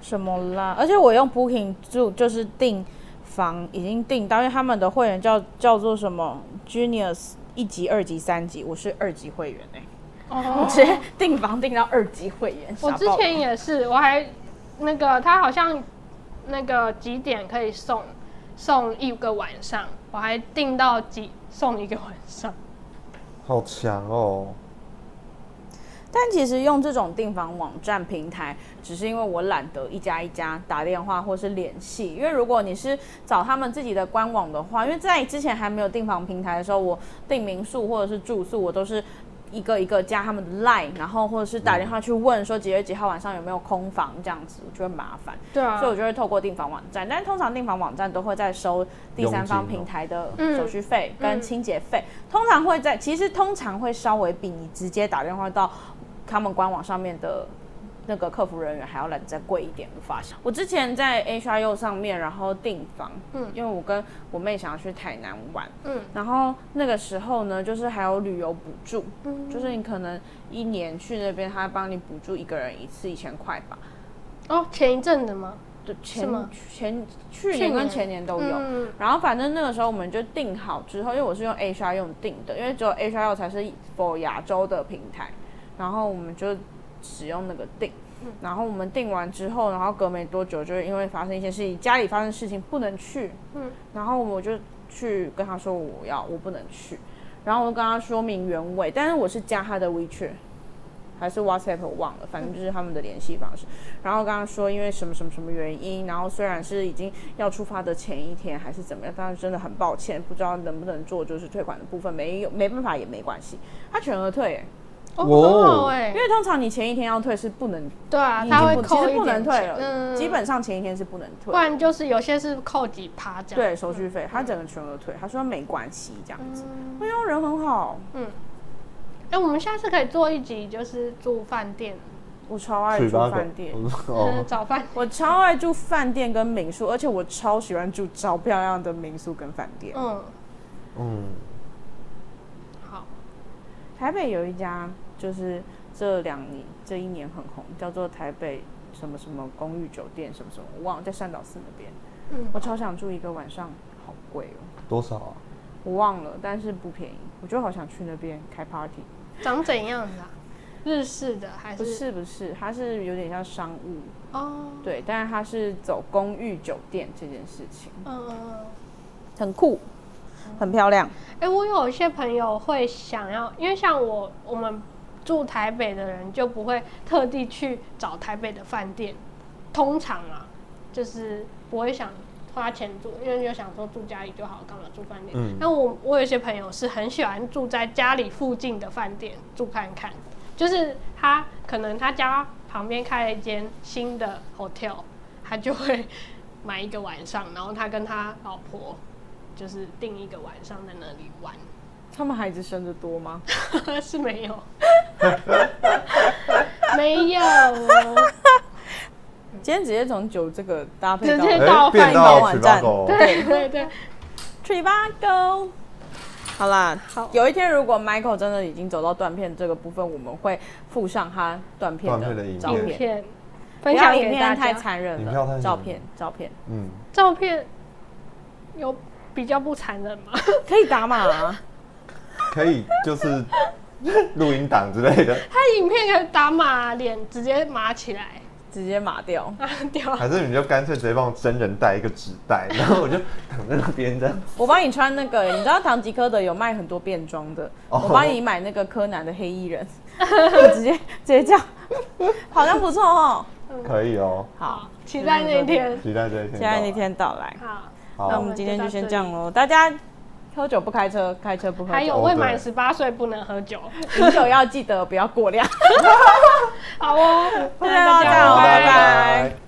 [SPEAKER 1] 什么啦？而且我用 Booking 住就是订房已经订到，因为他们的会员叫叫做什么 Genius 一级、二级、三级，我是二级会员 哎、我
[SPEAKER 2] 哦，
[SPEAKER 1] 直接订房订到二级会员。
[SPEAKER 2] 我
[SPEAKER 1] 傻
[SPEAKER 2] 之
[SPEAKER 1] 爆眼
[SPEAKER 2] 前也是，我还那个他好像那个几点可以送送一个晚上，我还订到几送一个晚上。
[SPEAKER 3] 好强哦！
[SPEAKER 1] 但其实用这种订房网站平台，只是因为我懒得一家一家打电话或是联系。因为如果你是找他们自己的官网的话，因为在之前还没有订房平台的时候，我订民宿或者是住宿，我都是一个一个加他们的 line，然后或者是打电话去问说几月几号晚上有没有空房这样子，我觉得麻烦，
[SPEAKER 2] 对啊
[SPEAKER 1] 所以我就会透过订房网站。但通常订房网站都会在收第三方平台的
[SPEAKER 2] 佣金哦
[SPEAKER 1] 手续费跟
[SPEAKER 2] 嗯
[SPEAKER 1] 清洁费，通常会在其实通常会稍微比你直接打电话到他们官网上面的那个客服人员还要来得再贵一点，我发现。我之前在 HRU 上面，然后订房，嗯
[SPEAKER 2] 嗯，
[SPEAKER 1] 因为我跟我妹想要去台南玩，
[SPEAKER 2] 嗯
[SPEAKER 1] 然后那个时候呢，就是还有旅游补助，
[SPEAKER 2] 嗯
[SPEAKER 1] 就是你可能一年去那边，他帮你补助一个人一次一千块吧。
[SPEAKER 2] 哦，前一阵子吗？
[SPEAKER 1] 对，前
[SPEAKER 2] 吗
[SPEAKER 1] 前去
[SPEAKER 2] 去
[SPEAKER 1] 年跟
[SPEAKER 2] 年
[SPEAKER 1] 前年都有，
[SPEAKER 2] 嗯
[SPEAKER 1] 然后反正那个时候我们就定好之后，因为我是用 H R 用定的，因为只有 H R 才是 for 亚洲的平台，然后我们就使用那个定。
[SPEAKER 2] 嗯
[SPEAKER 1] 然后我们定完之后，然后隔没多久，就是因为发生一些事情，家里发生事情不能去，
[SPEAKER 2] 嗯
[SPEAKER 1] 然后我就去跟他说我要我不能去，然后我就跟他说明原委，但是我是加他的 WeChat 还是 WhatsApp 我忘了，反正就是他们的联系方式。然后跟他说因为什么什么什么原因，然后虽然是已经要出发的前一天还是怎么样，但是真的很抱歉，不知道能不能做就是退款的部分，没有没办法也没关系，他全额退、欸，
[SPEAKER 2] 哦，
[SPEAKER 3] 哇
[SPEAKER 2] 很好哎
[SPEAKER 1] 因，为通常你前一天要退是不能，
[SPEAKER 2] 对啊，
[SPEAKER 1] 已
[SPEAKER 2] 他
[SPEAKER 1] 经
[SPEAKER 2] 会
[SPEAKER 1] 不其
[SPEAKER 2] 扣
[SPEAKER 1] 实
[SPEAKER 2] 一
[SPEAKER 1] 不能
[SPEAKER 2] 点
[SPEAKER 1] 退
[SPEAKER 2] 钱
[SPEAKER 1] 了，
[SPEAKER 2] 嗯，
[SPEAKER 1] 基本上前一天是不能退
[SPEAKER 2] 不
[SPEAKER 1] 的。
[SPEAKER 2] 然就是有些是扣几趴这样。
[SPEAKER 1] 对手续费，他整个全额退，他说没关系这样
[SPEAKER 2] 嗯
[SPEAKER 1] 子。哎呦，人很好，
[SPEAKER 2] 哎、我们下次可以做一集，就是住饭店，
[SPEAKER 1] 我超爱
[SPEAKER 3] 水
[SPEAKER 1] 住
[SPEAKER 3] 吧
[SPEAKER 1] 饭店，
[SPEAKER 2] 嗯，
[SPEAKER 3] 哦，
[SPEAKER 2] 找饭店。
[SPEAKER 1] 我超爱住饭店跟民宿，而且我超喜欢住超漂亮的民宿跟饭店。
[SPEAKER 2] 嗯，
[SPEAKER 3] 嗯，
[SPEAKER 2] 好，
[SPEAKER 1] 台北有一家就是这两年这一年很红，叫做台北什么什么公寓酒店什么什么，我忘了在善导寺那边。
[SPEAKER 2] 嗯
[SPEAKER 1] 我超想住一个晚上，好贵哦，
[SPEAKER 3] 多少啊？
[SPEAKER 1] 我忘了，但是不便宜。我就好想去那边开 party。
[SPEAKER 2] 长怎样的啊、日式的还
[SPEAKER 1] 不
[SPEAKER 2] 是？
[SPEAKER 1] 是不是，它是有点像商务，
[SPEAKER 2] 哦，
[SPEAKER 1] 对，但是它是走公寓酒店这件事情，
[SPEAKER 2] 嗯嗯嗯。
[SPEAKER 1] 很酷，很漂亮。
[SPEAKER 2] 哎、我有一些朋友会想要，因为像我，我们住台北的人就不会特地去找台北的饭店，通常啊，就是不会想花钱住，因为就想说住家里就好，干嘛住饭店？
[SPEAKER 3] 嗯
[SPEAKER 2] 但我我有一些朋友是很喜欢住在家里附近的饭店住看看，就是他可能他家旁边开了一间新的 hotel，他就会 买一个晚上，然后他跟他老婆就是定一个晚上在那里玩，
[SPEAKER 1] 他们孩子生的多吗？
[SPEAKER 2] 是没 有，没有哦，
[SPEAKER 1] 今天直接从酒这个搭配到
[SPEAKER 2] 直接
[SPEAKER 3] 哎
[SPEAKER 2] 到
[SPEAKER 3] 变
[SPEAKER 2] 饭店
[SPEAKER 3] 到
[SPEAKER 1] 网
[SPEAKER 3] 十八
[SPEAKER 1] 站
[SPEAKER 3] 狗，
[SPEAKER 2] 对对对，
[SPEAKER 1] Trivago。好啦，
[SPEAKER 2] 好
[SPEAKER 1] 有一天如果 Michael 真的已经走到断片这个部分，我们会附上他断片
[SPEAKER 3] 断片的
[SPEAKER 1] 的
[SPEAKER 3] 影
[SPEAKER 1] 照
[SPEAKER 3] 片
[SPEAKER 2] 影
[SPEAKER 1] 片。
[SPEAKER 2] 片
[SPEAKER 1] 不
[SPEAKER 2] 分
[SPEAKER 1] 要
[SPEAKER 2] 享
[SPEAKER 1] 影
[SPEAKER 2] 给大
[SPEAKER 1] 片太
[SPEAKER 2] 家，
[SPEAKER 1] 残忍
[SPEAKER 3] 影片太残
[SPEAKER 1] 了，
[SPEAKER 3] 忍
[SPEAKER 1] 照片照片
[SPEAKER 3] 嗯，
[SPEAKER 2] 照片有比较不残忍吗？
[SPEAKER 1] 可以打码、啊，
[SPEAKER 3] 可以就是录音档之类的，
[SPEAKER 2] 他影片可以打码脸，直接码起来，
[SPEAKER 1] 直接码掉。
[SPEAKER 2] 啊 掉。
[SPEAKER 3] 还是你就干脆直接帮我真人带一个纸袋， 然后我就躺在那边这样。
[SPEAKER 1] 我帮你穿那个，你知道唐吉诃德有卖很多变装的，
[SPEAKER 3] 哦
[SPEAKER 1] 我帮你买那个柯南的黑衣人， 我直接直接这样，好像不错哦。
[SPEAKER 3] 可以哦，
[SPEAKER 1] 好，
[SPEAKER 2] 期待那一天。
[SPEAKER 3] 期待这一天。
[SPEAKER 1] 期待那，天嗯到来。
[SPEAKER 2] 好，
[SPEAKER 3] 好，
[SPEAKER 1] 那我们今天就先这样
[SPEAKER 2] 好
[SPEAKER 1] 喽，大家喝酒不开车，开车不喝
[SPEAKER 2] 还有
[SPEAKER 1] 酒，
[SPEAKER 2] 未
[SPEAKER 3] 对
[SPEAKER 2] 满十八岁不能喝 酒。
[SPEAKER 1] 饮酒要记得不要过量。
[SPEAKER 2] 好哦，
[SPEAKER 1] 对啊
[SPEAKER 2] 大
[SPEAKER 1] 这样
[SPEAKER 2] 家
[SPEAKER 1] 哦
[SPEAKER 3] 好
[SPEAKER 1] 拜拜
[SPEAKER 2] 拜拜。
[SPEAKER 3] 拜。